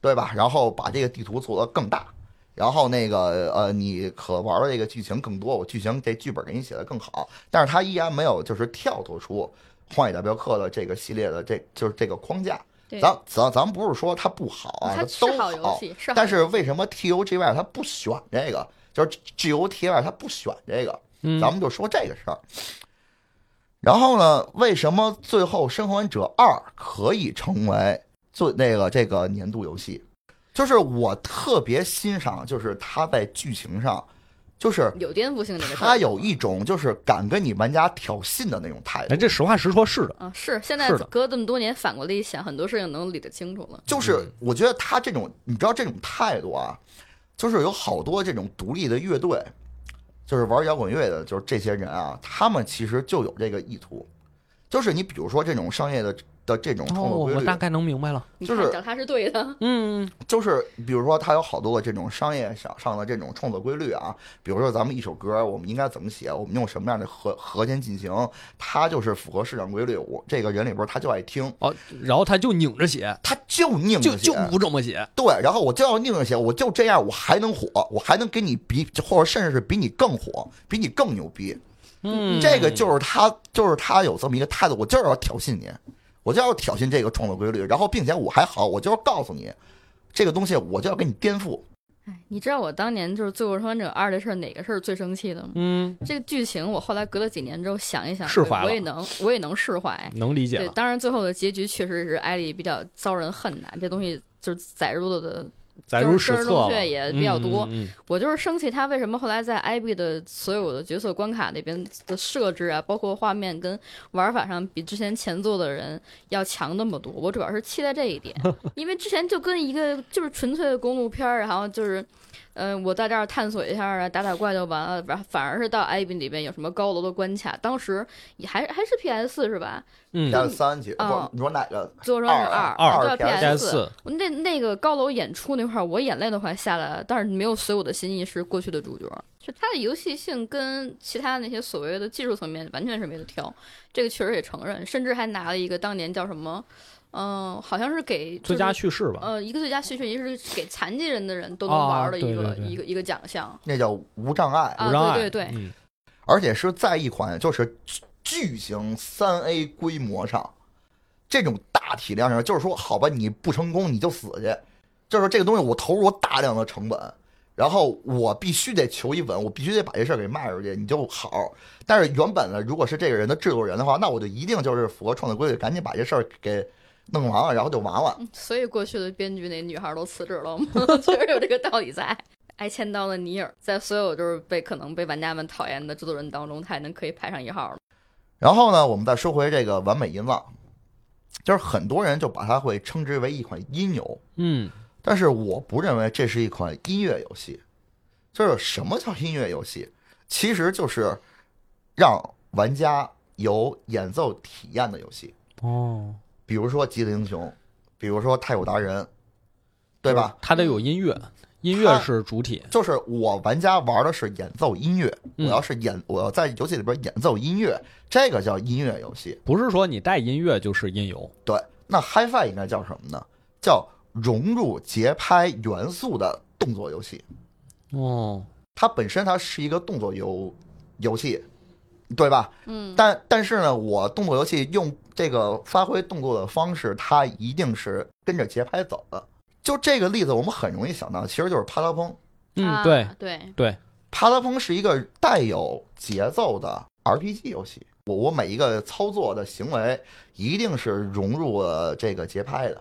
[SPEAKER 3] 对吧？然后把这个地图做得更大，然后那个呃，你可玩的这个剧情更多，我剧情这剧本给你写的更好，但是它依然没有就是跳脱出《荒野大镖客》的这个系列的这就是这个框架。
[SPEAKER 1] 对
[SPEAKER 3] 咱咱咱不是说它不好啊，
[SPEAKER 1] 它
[SPEAKER 3] 都
[SPEAKER 1] 是好游戏，是好
[SPEAKER 3] 但是为什么 T O G Y 它不选这个？就是 G O T Y 它不选这个，
[SPEAKER 2] 嗯
[SPEAKER 3] 咱们就说这个事儿。然后呢，为什么最后《生还者二》可以成为最那个这个年度游戏？就是我特别欣赏，就是它在剧情上，就是
[SPEAKER 1] 有颠覆性这嗯个事儿。
[SPEAKER 3] 它有一种就是敢跟你玩家挑衅的那种态度
[SPEAKER 2] 哎，。这实话实说，是的，
[SPEAKER 1] 啊，是现在
[SPEAKER 2] 是的
[SPEAKER 1] 隔这么多年反过来一想，很多事情能理得清楚了。
[SPEAKER 2] 嗯
[SPEAKER 3] 就是我觉得他这种，你知道这种态度啊，就是有好多这种独立的乐队，就是玩摇滚乐的，就是这些人啊，他们其实就有这个意图，就是你比如说这种商业的的这种创
[SPEAKER 2] 哦，
[SPEAKER 3] 作规
[SPEAKER 2] 我
[SPEAKER 3] 律，
[SPEAKER 2] 大概能明白了，
[SPEAKER 1] 你
[SPEAKER 3] 就
[SPEAKER 1] 看
[SPEAKER 3] 是
[SPEAKER 1] 脚踏是对的，
[SPEAKER 2] 嗯，
[SPEAKER 3] 就是比如说，它有好多的这种商业上上的这种创作规律啊，比如说咱们一首歌，我们应该怎么写，我们用什么样的和和弦进行，它就是符合市场规律。我这个人里边他就爱听，
[SPEAKER 2] 哦，然后他就拧着写，
[SPEAKER 3] 他就拧
[SPEAKER 2] 就
[SPEAKER 3] 着写，
[SPEAKER 2] 就不这么写，
[SPEAKER 3] 对，然后我就要拧着写，我就这样，我还能火，我还能跟你比，或者甚至是比你更火，比你更牛逼。
[SPEAKER 2] 嗯，
[SPEAKER 3] 这个就是他，就是他有这么一个态度，我就是要挑衅你，我就要挑衅这个创作规律，然后并且我还好，我就要告诉你，这个东西我就要给你颠覆，
[SPEAKER 1] 哎，你知道我当年就是《罪恶生还者二》的事儿，哪个事儿最生气的吗？
[SPEAKER 2] 嗯，
[SPEAKER 1] 这个剧情我后来隔了几年之后想一想，
[SPEAKER 2] 释怀了
[SPEAKER 1] 我也能我也能释怀。
[SPEAKER 2] 能理解
[SPEAKER 1] 对，
[SPEAKER 2] 了。
[SPEAKER 1] 当然最后的结局确实是艾莉比较遭人恨的，这东西就是载入的。
[SPEAKER 2] 载入史册
[SPEAKER 1] 就是
[SPEAKER 2] 了
[SPEAKER 1] 真人正确也比较多
[SPEAKER 2] 嗯嗯嗯
[SPEAKER 1] 我就是生气他为什么后来在艾比的所有的角色关卡那边的设置啊，包括画面跟玩法上比之前前作的人要强那么多。我主要是期待这一点，因为之前就跟一个就是纯粹的公路片儿，然后就是。嗯，我在这儿探索一下啊，打打怪就完了。反反而是到艾比里边有什么高楼的关卡，当时也还还是 PS 是吧？
[SPEAKER 2] 嗯
[SPEAKER 3] 加三级，
[SPEAKER 1] 啊
[SPEAKER 3] 不，你说哪个？
[SPEAKER 1] 最后说是
[SPEAKER 3] 二
[SPEAKER 1] 二啊
[SPEAKER 3] 二
[SPEAKER 1] 对
[SPEAKER 2] PS4
[SPEAKER 1] PS 那那个高楼演出那块儿，我眼泪都快下来了，但是没有随我的心意是过去的主角，就它的游戏性跟其他那些所谓的技术层面完全是没得挑，这个确实也承认，甚至还拿了一个当年叫什么，嗯、好像是给、就是、
[SPEAKER 2] 最佳叙事吧，
[SPEAKER 1] 呃一个最佳叙事，一个是给残疾人的人都能玩儿的
[SPEAKER 2] 啊
[SPEAKER 1] 一个、
[SPEAKER 2] 对对对
[SPEAKER 1] 一个一个奖项
[SPEAKER 3] 那叫无障碍，
[SPEAKER 1] 啊，
[SPEAKER 2] 无障碍。
[SPEAKER 1] 对对对，
[SPEAKER 2] 嗯
[SPEAKER 3] 而且是在一款就是巨巨型三 A 规模上，这种大体量上，就是说，好吧，你不成功你就死去，就是说这个东西我投入我大量的成本，然后我必须得求一稳，我必须得把这事儿给卖出去，你就好。但是原本呢，如果是这个人的制作人的话，那我就一定就是符合创作规律，赶紧把这事儿给弄完了，然后就完了。
[SPEAKER 1] 嗯所以过去的编剧那女孩都辞职了嘛， 确实有这个道理在。挨千刀的尼尔，在所有就是被可能被玩家们讨厌的制作人当中，他还能可以排上一号了。
[SPEAKER 3] 然后呢，我们再说回这个完美音浪，就是很多人就把它会称之为一款音游。
[SPEAKER 2] 嗯，
[SPEAKER 3] 但是我不认为这是一款音乐游戏。就是什么叫音乐游戏？其实就是让玩家有演奏体验的游戏，
[SPEAKER 2] 哦，
[SPEAKER 3] 比如说《吉林英雄》，比如说《太鼓达人》，对吧？？
[SPEAKER 2] 它得有音乐，音乐
[SPEAKER 3] 它
[SPEAKER 2] 是主体。
[SPEAKER 3] 就是我玩家玩的是演奏音乐，我
[SPEAKER 2] 嗯
[SPEAKER 3] 要是演，我要在游戏里边演奏音乐，这个叫音乐游戏。
[SPEAKER 2] 不是说你带音乐就是音游，
[SPEAKER 3] 对，那 HiFi 应该叫什么呢？叫融入节拍元素的动作游戏。
[SPEAKER 2] 哦，
[SPEAKER 3] 它本身它是一个动作游游戏，对吧？
[SPEAKER 1] 嗯，
[SPEAKER 3] 但但是呢，我动作游戏用这个发挥动作的方式，它一定是跟着节拍走的。就这个例子，我们很容易想到，其实就是啪嗒砰。
[SPEAKER 2] 嗯，
[SPEAKER 1] 啊
[SPEAKER 2] 对
[SPEAKER 1] 对，
[SPEAKER 2] 对，
[SPEAKER 3] 啪嗒砰是一个带有节奏的 RPG 游戏。我我每一个操作的行为一定是融入了这个节拍的。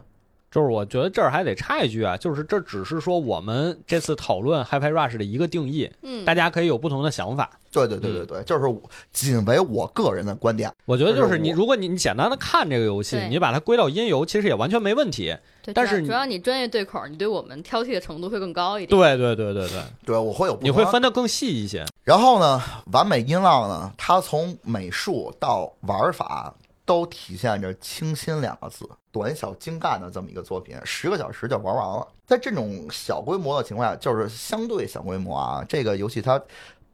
[SPEAKER 2] 就是我觉得这儿还得插一句啊，就是这只是说我们这次讨论 HiFi Rush 的一个定义，
[SPEAKER 1] 嗯，
[SPEAKER 2] 大家可以有不同的想法。
[SPEAKER 3] 对对对对对，就是我仅为我个人的观点。
[SPEAKER 2] 我觉得就是你，
[SPEAKER 3] 就是我
[SPEAKER 2] 如果你你简单的看这个游戏，
[SPEAKER 1] 对
[SPEAKER 2] 你把它归到音游，其实也完全没问题。
[SPEAKER 1] 对
[SPEAKER 2] 但
[SPEAKER 1] 主要
[SPEAKER 2] 是你
[SPEAKER 1] 主要你专业对口儿，你对我们挑剔的程度会更高一点。
[SPEAKER 2] 对对对对对，
[SPEAKER 3] 对，我会有不
[SPEAKER 2] 你
[SPEAKER 3] 同的
[SPEAKER 2] 会分得更细一些。
[SPEAKER 3] 然后呢，完美音浪呢，它从美术到玩法都体现着清新两个字，短小精干的这么一个作品，十个小时就玩完了。在这种小规模的情况下，就是相对小规模啊，这个游戏它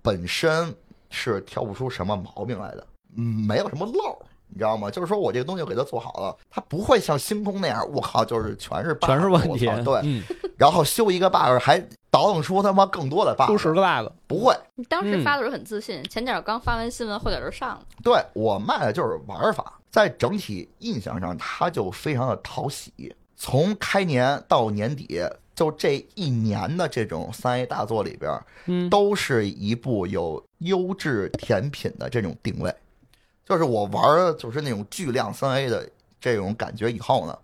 [SPEAKER 3] 本身是挑不出什么毛病来的，嗯，没有什么漏儿。你知道吗？就是说我这个东西给它做好了，它不会像星空那样，我靠，就是全是 bug，
[SPEAKER 2] 全是问题
[SPEAKER 3] 我操，对，
[SPEAKER 2] 嗯，
[SPEAKER 3] 然后修一个 bug 还倒腾出他妈更多的 bug，
[SPEAKER 2] 出十个 bug，
[SPEAKER 3] 不会，
[SPEAKER 1] 你当
[SPEAKER 2] 嗯
[SPEAKER 1] 时发的时候很自信，前脚刚发完新闻，后脚就上了。
[SPEAKER 3] 对我卖的就是玩法，在整体印象上，它就非常的讨喜。从开年到年底，就这一年的这种三 A 大作里边，
[SPEAKER 2] 嗯，
[SPEAKER 3] 都是一部有优质甜品的这种定位。就是我玩的就是那种巨量三 A 的这种感觉以后呢，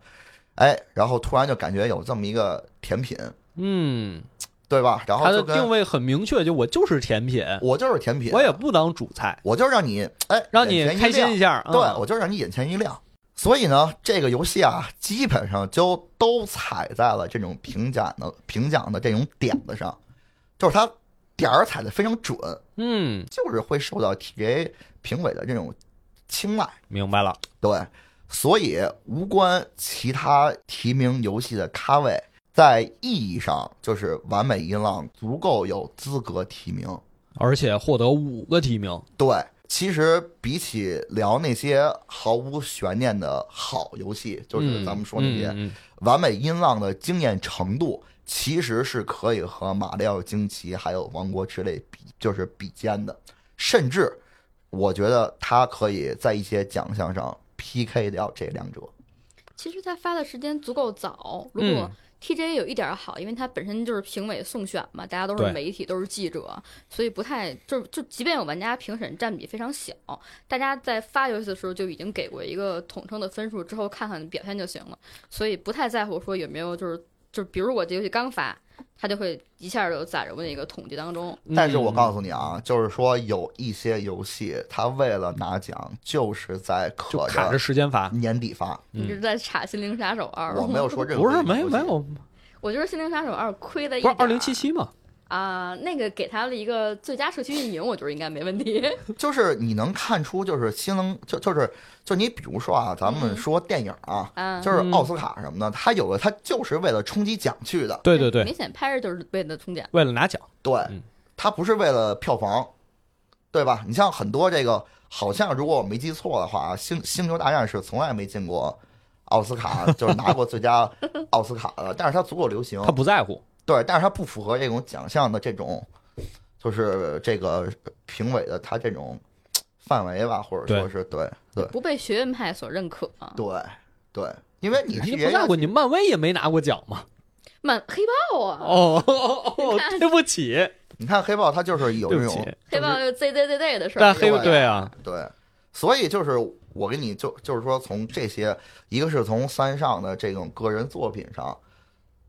[SPEAKER 3] 哎，然后突然就感觉有这么一个甜品，
[SPEAKER 2] 嗯，
[SPEAKER 3] 对吧？然后
[SPEAKER 2] 它
[SPEAKER 3] 就
[SPEAKER 2] 的
[SPEAKER 3] 跟
[SPEAKER 2] 定位很明确，就我就是甜品，
[SPEAKER 3] 我就是甜品，
[SPEAKER 2] 我也不当主菜，
[SPEAKER 3] 我就让你哎
[SPEAKER 2] 让你
[SPEAKER 3] 眼前一
[SPEAKER 2] 开心
[SPEAKER 3] 亮
[SPEAKER 2] 一下。嗯
[SPEAKER 3] 对，我就让你眼前一亮。所以呢，这个游戏啊，基本上就都踩在了这种评奖的评奖的这种点子上，就是它点儿踩的非常准，
[SPEAKER 2] 嗯，
[SPEAKER 3] 就是会受到 TGA 评委的这种青睐。
[SPEAKER 2] 明白了。
[SPEAKER 3] 对，所以无关其他提名游戏的咖位，在意义上就是完美音浪足够有资格提名。
[SPEAKER 2] 而且获得五个提名，
[SPEAKER 3] 对，其实比起聊那些毫无悬念的好游戏，就是咱们说那些
[SPEAKER 2] 嗯嗯
[SPEAKER 3] 完美音浪的经验程度，其实是可以和《马里奥惊奇》还有《王国之泪》比，就是比肩的。甚至，我觉得它可以在一些奖项上 PK 掉这两者。
[SPEAKER 1] 其实他发的时间足够早，如
[SPEAKER 2] 嗯
[SPEAKER 1] 果 TJ 有一点好，因为它本身就是评委送选嘛，大家都是
[SPEAKER 2] 对
[SPEAKER 1] 媒体，都是记者，所以不太就是就即便有玩家评审占比非常小，大家在发游戏的时候就已经给过一个统称的分数，之后看看表现就行了，所以不太在乎说有没有就是就比如我这游戏刚发，它就会一下就载入那个统计当中。
[SPEAKER 2] 嗯
[SPEAKER 3] 但是我告
[SPEAKER 2] 诉
[SPEAKER 3] 诉你啊，就是说有一些游戏，它为了拿奖，就是在
[SPEAKER 2] 就
[SPEAKER 3] 可
[SPEAKER 2] 卡着时间罚，
[SPEAKER 3] 年底发。
[SPEAKER 1] 你是
[SPEAKER 2] 嗯，
[SPEAKER 1] 在查《心灵杀手二》吗？
[SPEAKER 3] 我没有说任何
[SPEAKER 2] 不是
[SPEAKER 3] 一个
[SPEAKER 2] 没
[SPEAKER 3] 游戏
[SPEAKER 2] 没，有，
[SPEAKER 1] 我觉得《心灵杀手二》亏的
[SPEAKER 2] 不是二零七七嘛？
[SPEAKER 1] 啊、那个给他了一个最佳社区运营，我觉得应该没问题。
[SPEAKER 3] 就是你能看出，就是新能就就是就你比如说啊，咱们
[SPEAKER 1] 嗯
[SPEAKER 3] 说电影啊，
[SPEAKER 1] 啊，
[SPEAKER 3] 就是奥斯卡什么的，它有的它就是为了冲击奖去的，
[SPEAKER 2] 对对对，
[SPEAKER 1] 明显拍着就是为了充奖。
[SPEAKER 2] 为了拿奖，
[SPEAKER 3] 对
[SPEAKER 2] 嗯，
[SPEAKER 3] 它不是为了票房，对吧？你像很多这个，好像如果我没记错的话，《啊星星球大战》是从来没进过奥斯卡，就是拿过最佳奥斯卡的，但是它足够流行
[SPEAKER 2] 他，不在乎。
[SPEAKER 3] 对，但是它不符合这种奖项的这种，就是这个评委的它这种范围吧，或者说是对对
[SPEAKER 1] 不被学院派所认可。
[SPEAKER 2] 啊
[SPEAKER 3] 对对，因为你
[SPEAKER 2] 人
[SPEAKER 3] 是
[SPEAKER 2] 家
[SPEAKER 3] 也
[SPEAKER 2] 不在乎，你漫威也没拿过奖嘛。
[SPEAKER 1] 漫黑豹啊，
[SPEAKER 2] 哦 哦哦
[SPEAKER 1] 你看，
[SPEAKER 2] 对不起，
[SPEAKER 3] 你看黑豹，它就是有
[SPEAKER 2] 对
[SPEAKER 3] 这
[SPEAKER 2] 不
[SPEAKER 3] 种
[SPEAKER 2] 起。
[SPEAKER 1] 黑豹就 Z Z Z Z 的事
[SPEAKER 2] 但
[SPEAKER 1] 儿。
[SPEAKER 2] 黑
[SPEAKER 3] 豹
[SPEAKER 2] 对啊，
[SPEAKER 3] 对，所以就是我跟你就就是说，从这些，一个是从三上的这种个人作品上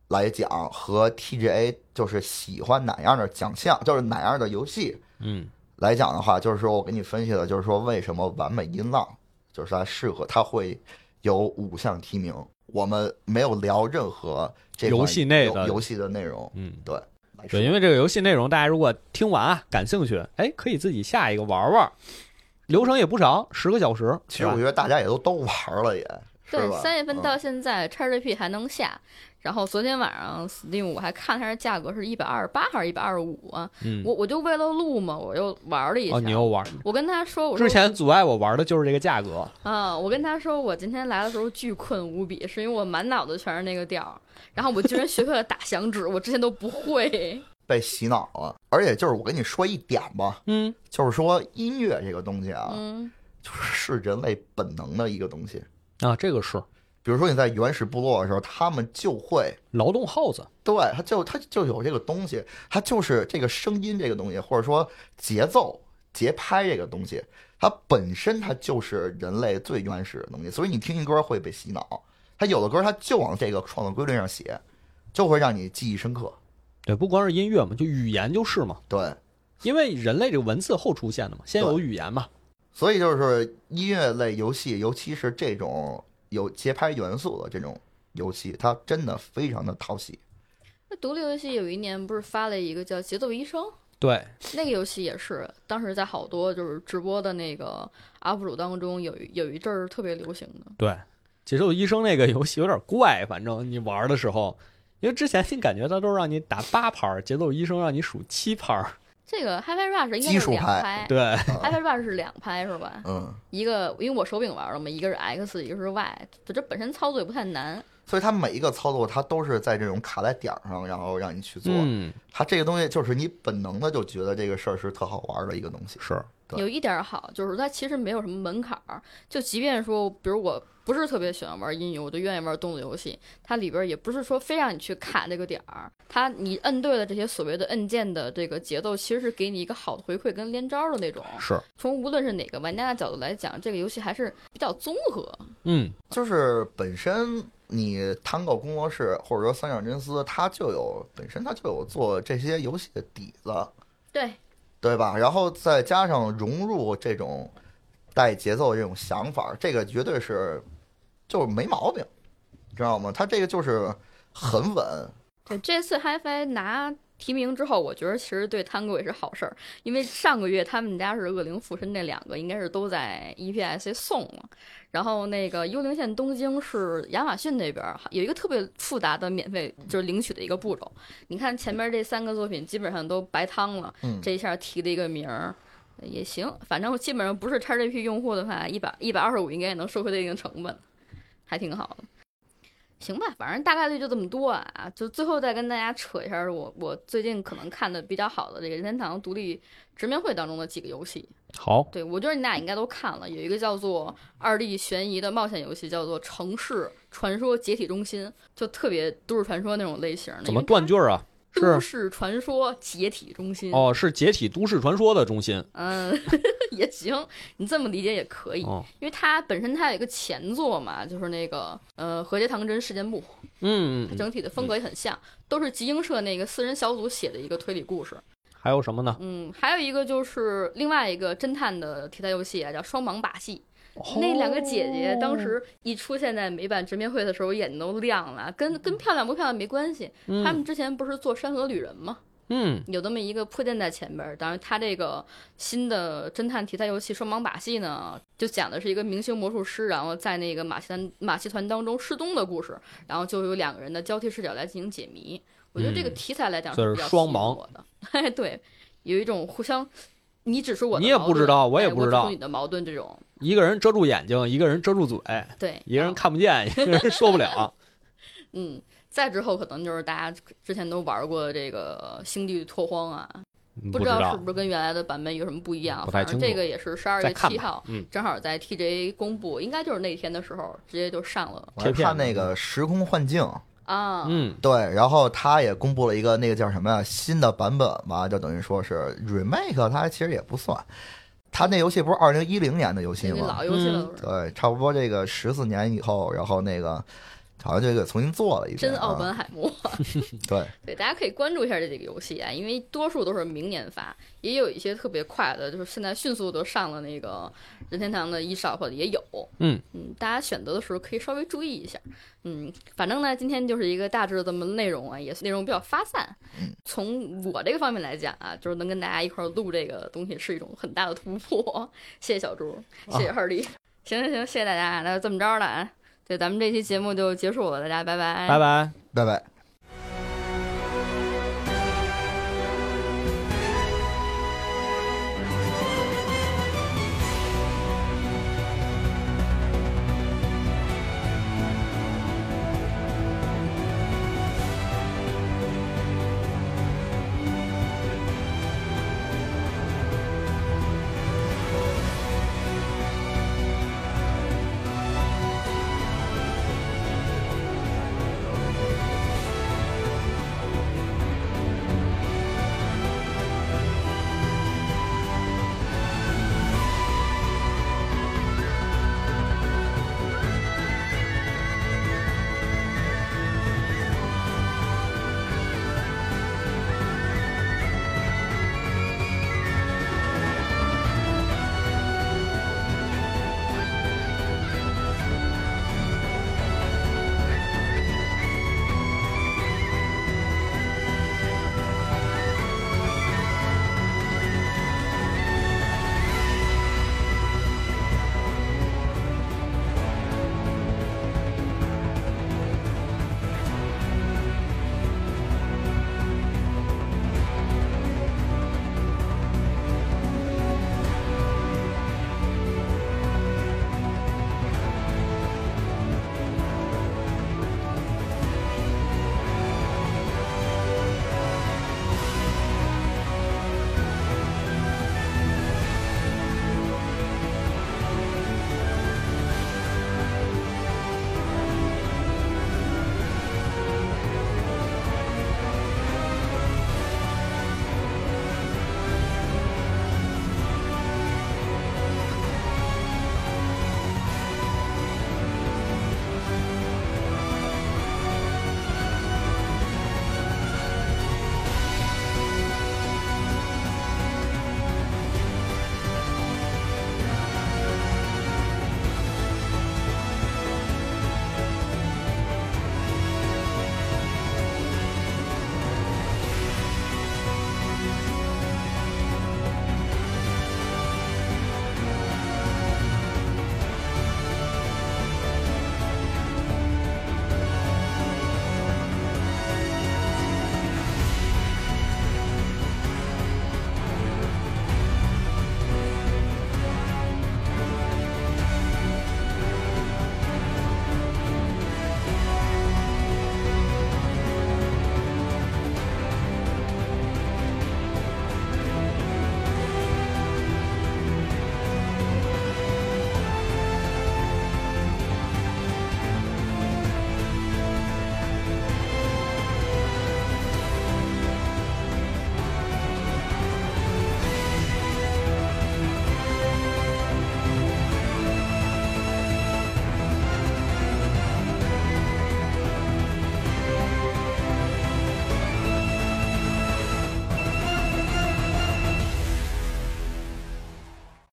[SPEAKER 3] 来讲，和 TGA 就是喜欢哪样的奖项，就是哪样的游戏
[SPEAKER 2] 嗯，
[SPEAKER 3] 来讲的话，就是说我给你分析的，就是说为什么完美音浪就是它适合，它会有五项提名。我们没有聊任何这款
[SPEAKER 2] 游戏内的
[SPEAKER 3] 游游戏的内容，
[SPEAKER 2] 嗯，
[SPEAKER 3] 对，
[SPEAKER 2] 对，因为这个游戏内容，大家如果听完啊感兴趣，哎，可以自己下一个玩玩。流程也不长，十个小时。
[SPEAKER 3] 其
[SPEAKER 2] 是
[SPEAKER 3] 实
[SPEAKER 2] 吧
[SPEAKER 3] 我觉得大家也都都玩了也，是
[SPEAKER 1] 对，
[SPEAKER 3] 吧
[SPEAKER 1] 三月份
[SPEAKER 3] 嗯
[SPEAKER 1] 到现在叉 g p 还能下。然后昨天晚上 Steam 我还看它的价格是一百二十八还是一百二十五啊？
[SPEAKER 2] 嗯，
[SPEAKER 1] 我我就为了录嘛，我又玩了一下。
[SPEAKER 2] 哦，你又玩？
[SPEAKER 1] 我跟他说，我说
[SPEAKER 2] 之前阻碍我玩的就是这个价格。
[SPEAKER 1] 啊，我跟他说，我今天来的时候巨困无比，是因为我满脑子全是那个调儿，然后我居然学会了打响指，我之前都不会。
[SPEAKER 3] 被洗脑了。而且就是我跟你说一点吧，
[SPEAKER 2] 嗯，
[SPEAKER 3] 就是说音乐这个东西啊，
[SPEAKER 1] 嗯，
[SPEAKER 3] 就是是人类本能的一个东西。
[SPEAKER 2] 啊，这个是
[SPEAKER 3] 比如说你在原始部落的时候，他们就会，
[SPEAKER 2] 劳动耗子。
[SPEAKER 3] 对，他就他就有这个东西，他就是这个声音这个东西，或者说节奏、节拍这个东西，它本身它就是人类最原始的东西。所以你听一歌会被洗脑，它有的歌它就往这个创作规律上写，就会让你记忆深刻。
[SPEAKER 2] 对，不光是音乐嘛，就语言就是嘛，
[SPEAKER 3] 对，
[SPEAKER 2] 因为人类这个文字后出现的嘛，先有语言嘛。
[SPEAKER 3] 所以就是音乐类游戏，尤其是这种有节拍元素的这种游戏，它真的非常的讨喜。
[SPEAKER 1] 那独立游戏有一年不是发了一个叫《节奏医生》，
[SPEAKER 2] 对，
[SPEAKER 1] 那个游戏也是，当时在好多就是直播的那个 UP 主当中有有一阵儿特别流行的。
[SPEAKER 2] 对，节奏医生那个游戏有点怪，反正你玩的时候，因为之前你感觉它都让你打八盘儿，节奏医生让你数七盘儿。
[SPEAKER 1] 这个 Happy Rush 应该
[SPEAKER 3] 基
[SPEAKER 1] 是
[SPEAKER 3] 础
[SPEAKER 1] 两
[SPEAKER 3] 派
[SPEAKER 1] 拍
[SPEAKER 2] 对，
[SPEAKER 1] ，Happy Rush 是两拍是吧？
[SPEAKER 3] 嗯，
[SPEAKER 1] 一个因为我手柄玩了嘛，一个是 X，一个是 Y，就这本身操作也不太难。
[SPEAKER 3] 所以它每一个操作它都是在这种卡在点儿上，然后让你去做。
[SPEAKER 2] 嗯，
[SPEAKER 3] 它这个东西就是你本能的就觉得这个事儿是特好玩儿的一个东西。
[SPEAKER 2] 是，
[SPEAKER 3] 对
[SPEAKER 1] 有一点儿好，就是它其实没有什么门槛儿，就即便说，比如我不是特别喜欢玩音游，我就愿意玩动作游戏，它里边儿也不是说非让你去卡这个点儿，它你摁对了这些所谓的按键的这个节奏，其实是给你一个好的回馈跟连招儿的那种。
[SPEAKER 2] 是，
[SPEAKER 1] 从无论是哪个玩家的角度来讲，这个游戏还是比较综合。
[SPEAKER 2] 嗯，
[SPEAKER 3] 就是本身你 Tango 工作室或者说三上真司，它就有本身它就有做这些游戏的底子。
[SPEAKER 1] 对，
[SPEAKER 3] 对吧？然后再加上融入这种带节奏的这种想法，这个绝对是就是没毛病，知道吗？他这个就是很稳，
[SPEAKER 1] 对，这次 HiFi 拿提名之后，我觉得其实对 Tango 也是好事儿，因为上个月他们家是恶灵附身那两个，应该是都在 E EPSC 送了。然后那个幽灵线东京是亚马逊那边儿有一个特别复杂的免费就是领取的一个步骤。你看前面这三个作品基本上都白汤了，
[SPEAKER 3] 嗯，
[SPEAKER 1] 这一下提了一个名儿。也行，反正基本上不是 XGP 用户的话，一百一百二十五应该也能收回对应成本了，还挺好的。行吧，反正大概率就这么多啊。就最后再跟大家扯一下我我最近可能看的比较好的这个任天堂独立直面会当中的几个游戏。
[SPEAKER 2] 好，
[SPEAKER 1] 对我觉得你俩应该都看了，有一个叫做二 D 悬疑的冒险游戏，叫做《城市传说解体中心，就特别都市传说那种类型的。
[SPEAKER 2] 怎
[SPEAKER 1] 因
[SPEAKER 2] 么
[SPEAKER 1] 为
[SPEAKER 2] 断
[SPEAKER 1] 它
[SPEAKER 2] 句儿啊？
[SPEAKER 1] 都
[SPEAKER 2] 是
[SPEAKER 1] 市传说解体中心，
[SPEAKER 2] 哦，是解体都市传说的中心
[SPEAKER 1] 嗯， 也行，你这么理解也可以，
[SPEAKER 2] 哦，
[SPEAKER 1] 因为它本身它有一个前作嘛，就是那个呃《和谐堂真事件簿》，
[SPEAKER 2] 嗯，
[SPEAKER 1] 它
[SPEAKER 2] 嗯嗯
[SPEAKER 1] 整体的风格也很像，都是集英社那个四人小组写的一个推理故事。
[SPEAKER 2] 还有什么呢？
[SPEAKER 1] 嗯，还有一个就是另外一个侦探的题材游戏啊，叫《双盲把戏》。
[SPEAKER 2] 哦
[SPEAKER 1] 那两个姐姐当时一出现在美版直面会的时候，眼睛都亮了，跟跟漂亮不漂亮没关系。她
[SPEAKER 2] 嗯
[SPEAKER 1] 们之前不是做《山河旅人》吗？
[SPEAKER 2] 嗯
[SPEAKER 1] 有这么一个破垫在前边儿。当然，它这个新的侦探题材游戏《双盲把戏》呢，就讲的是一个明星魔术师，然后在那个马戏团马戏团当中失踪的故事，然后就有两个人的交替视角来进行解谜。我觉得这个
[SPEAKER 2] 嗯
[SPEAKER 1] 题材来讲
[SPEAKER 2] 这
[SPEAKER 1] 是
[SPEAKER 2] 是
[SPEAKER 1] 比较
[SPEAKER 2] 双
[SPEAKER 1] 吸引
[SPEAKER 2] 盲
[SPEAKER 1] 我的， 嘿，对，有一种互相你指出我的
[SPEAKER 2] 你也
[SPEAKER 1] 矛
[SPEAKER 2] 不知
[SPEAKER 1] 盾
[SPEAKER 2] 道我也
[SPEAKER 1] 哎
[SPEAKER 2] 不知道
[SPEAKER 1] 指出你的矛盾这种，
[SPEAKER 2] 一个人遮住眼睛，一个人遮住嘴，
[SPEAKER 1] 对，
[SPEAKER 2] 一个
[SPEAKER 1] 然
[SPEAKER 2] 人
[SPEAKER 1] 后
[SPEAKER 2] 看不见，一个人说不了。
[SPEAKER 1] 嗯，再之后可能就是大家之前都玩过这个《星际拓荒》啊，不
[SPEAKER 2] 不知
[SPEAKER 1] 道是
[SPEAKER 2] 道
[SPEAKER 1] 不是跟原来的版本有什么不一样。
[SPEAKER 2] 不太
[SPEAKER 1] 反正
[SPEAKER 2] 清楚
[SPEAKER 1] 这个也是十二
[SPEAKER 2] 再
[SPEAKER 1] 月
[SPEAKER 2] 看
[SPEAKER 1] 七号
[SPEAKER 2] 吧，，嗯，
[SPEAKER 1] 正好在 TJ 公布，应该就是那天的时候，直接就上了
[SPEAKER 3] 我还
[SPEAKER 2] 贴片
[SPEAKER 3] 看那个时空幻境，
[SPEAKER 1] 啊。
[SPEAKER 2] 嗯，
[SPEAKER 3] 对，然后他也公布了一个那个叫什么呀新的版本吧，就等于说是 remake，它其实也不算，他那游戏不是二零一零年的游戏
[SPEAKER 1] 那个
[SPEAKER 3] 吗
[SPEAKER 1] 老？游戏了
[SPEAKER 2] 嗯
[SPEAKER 1] 都是。
[SPEAKER 3] 对，差不多这个十四年以后，然后那个好像就给重新做了一遍
[SPEAKER 1] 真
[SPEAKER 3] 啊。
[SPEAKER 1] 奥本海默，
[SPEAKER 3] 对，
[SPEAKER 1] 对，大家可以关注一下这几个游戏啊，因为多数都是明年发，也有一些特别快的，就是现在迅速都上了那个任天堂的 eShop 的也有，
[SPEAKER 2] 嗯
[SPEAKER 1] 嗯，大家选择的时候可以稍微注意一下，嗯，反正呢，今天就是一个大致的这么内容啊，也是内容比较发散，
[SPEAKER 3] 嗯，
[SPEAKER 1] 从我这个方面来讲啊，就是能跟大家一块儿录这个东西是一种很大的突破，谢谢小猪，谢谢二弟，行行行，谢谢大家，那就这么着了啊，对，咱们这期节目就结束了，大家拜拜，
[SPEAKER 2] 拜拜。
[SPEAKER 3] 拜拜。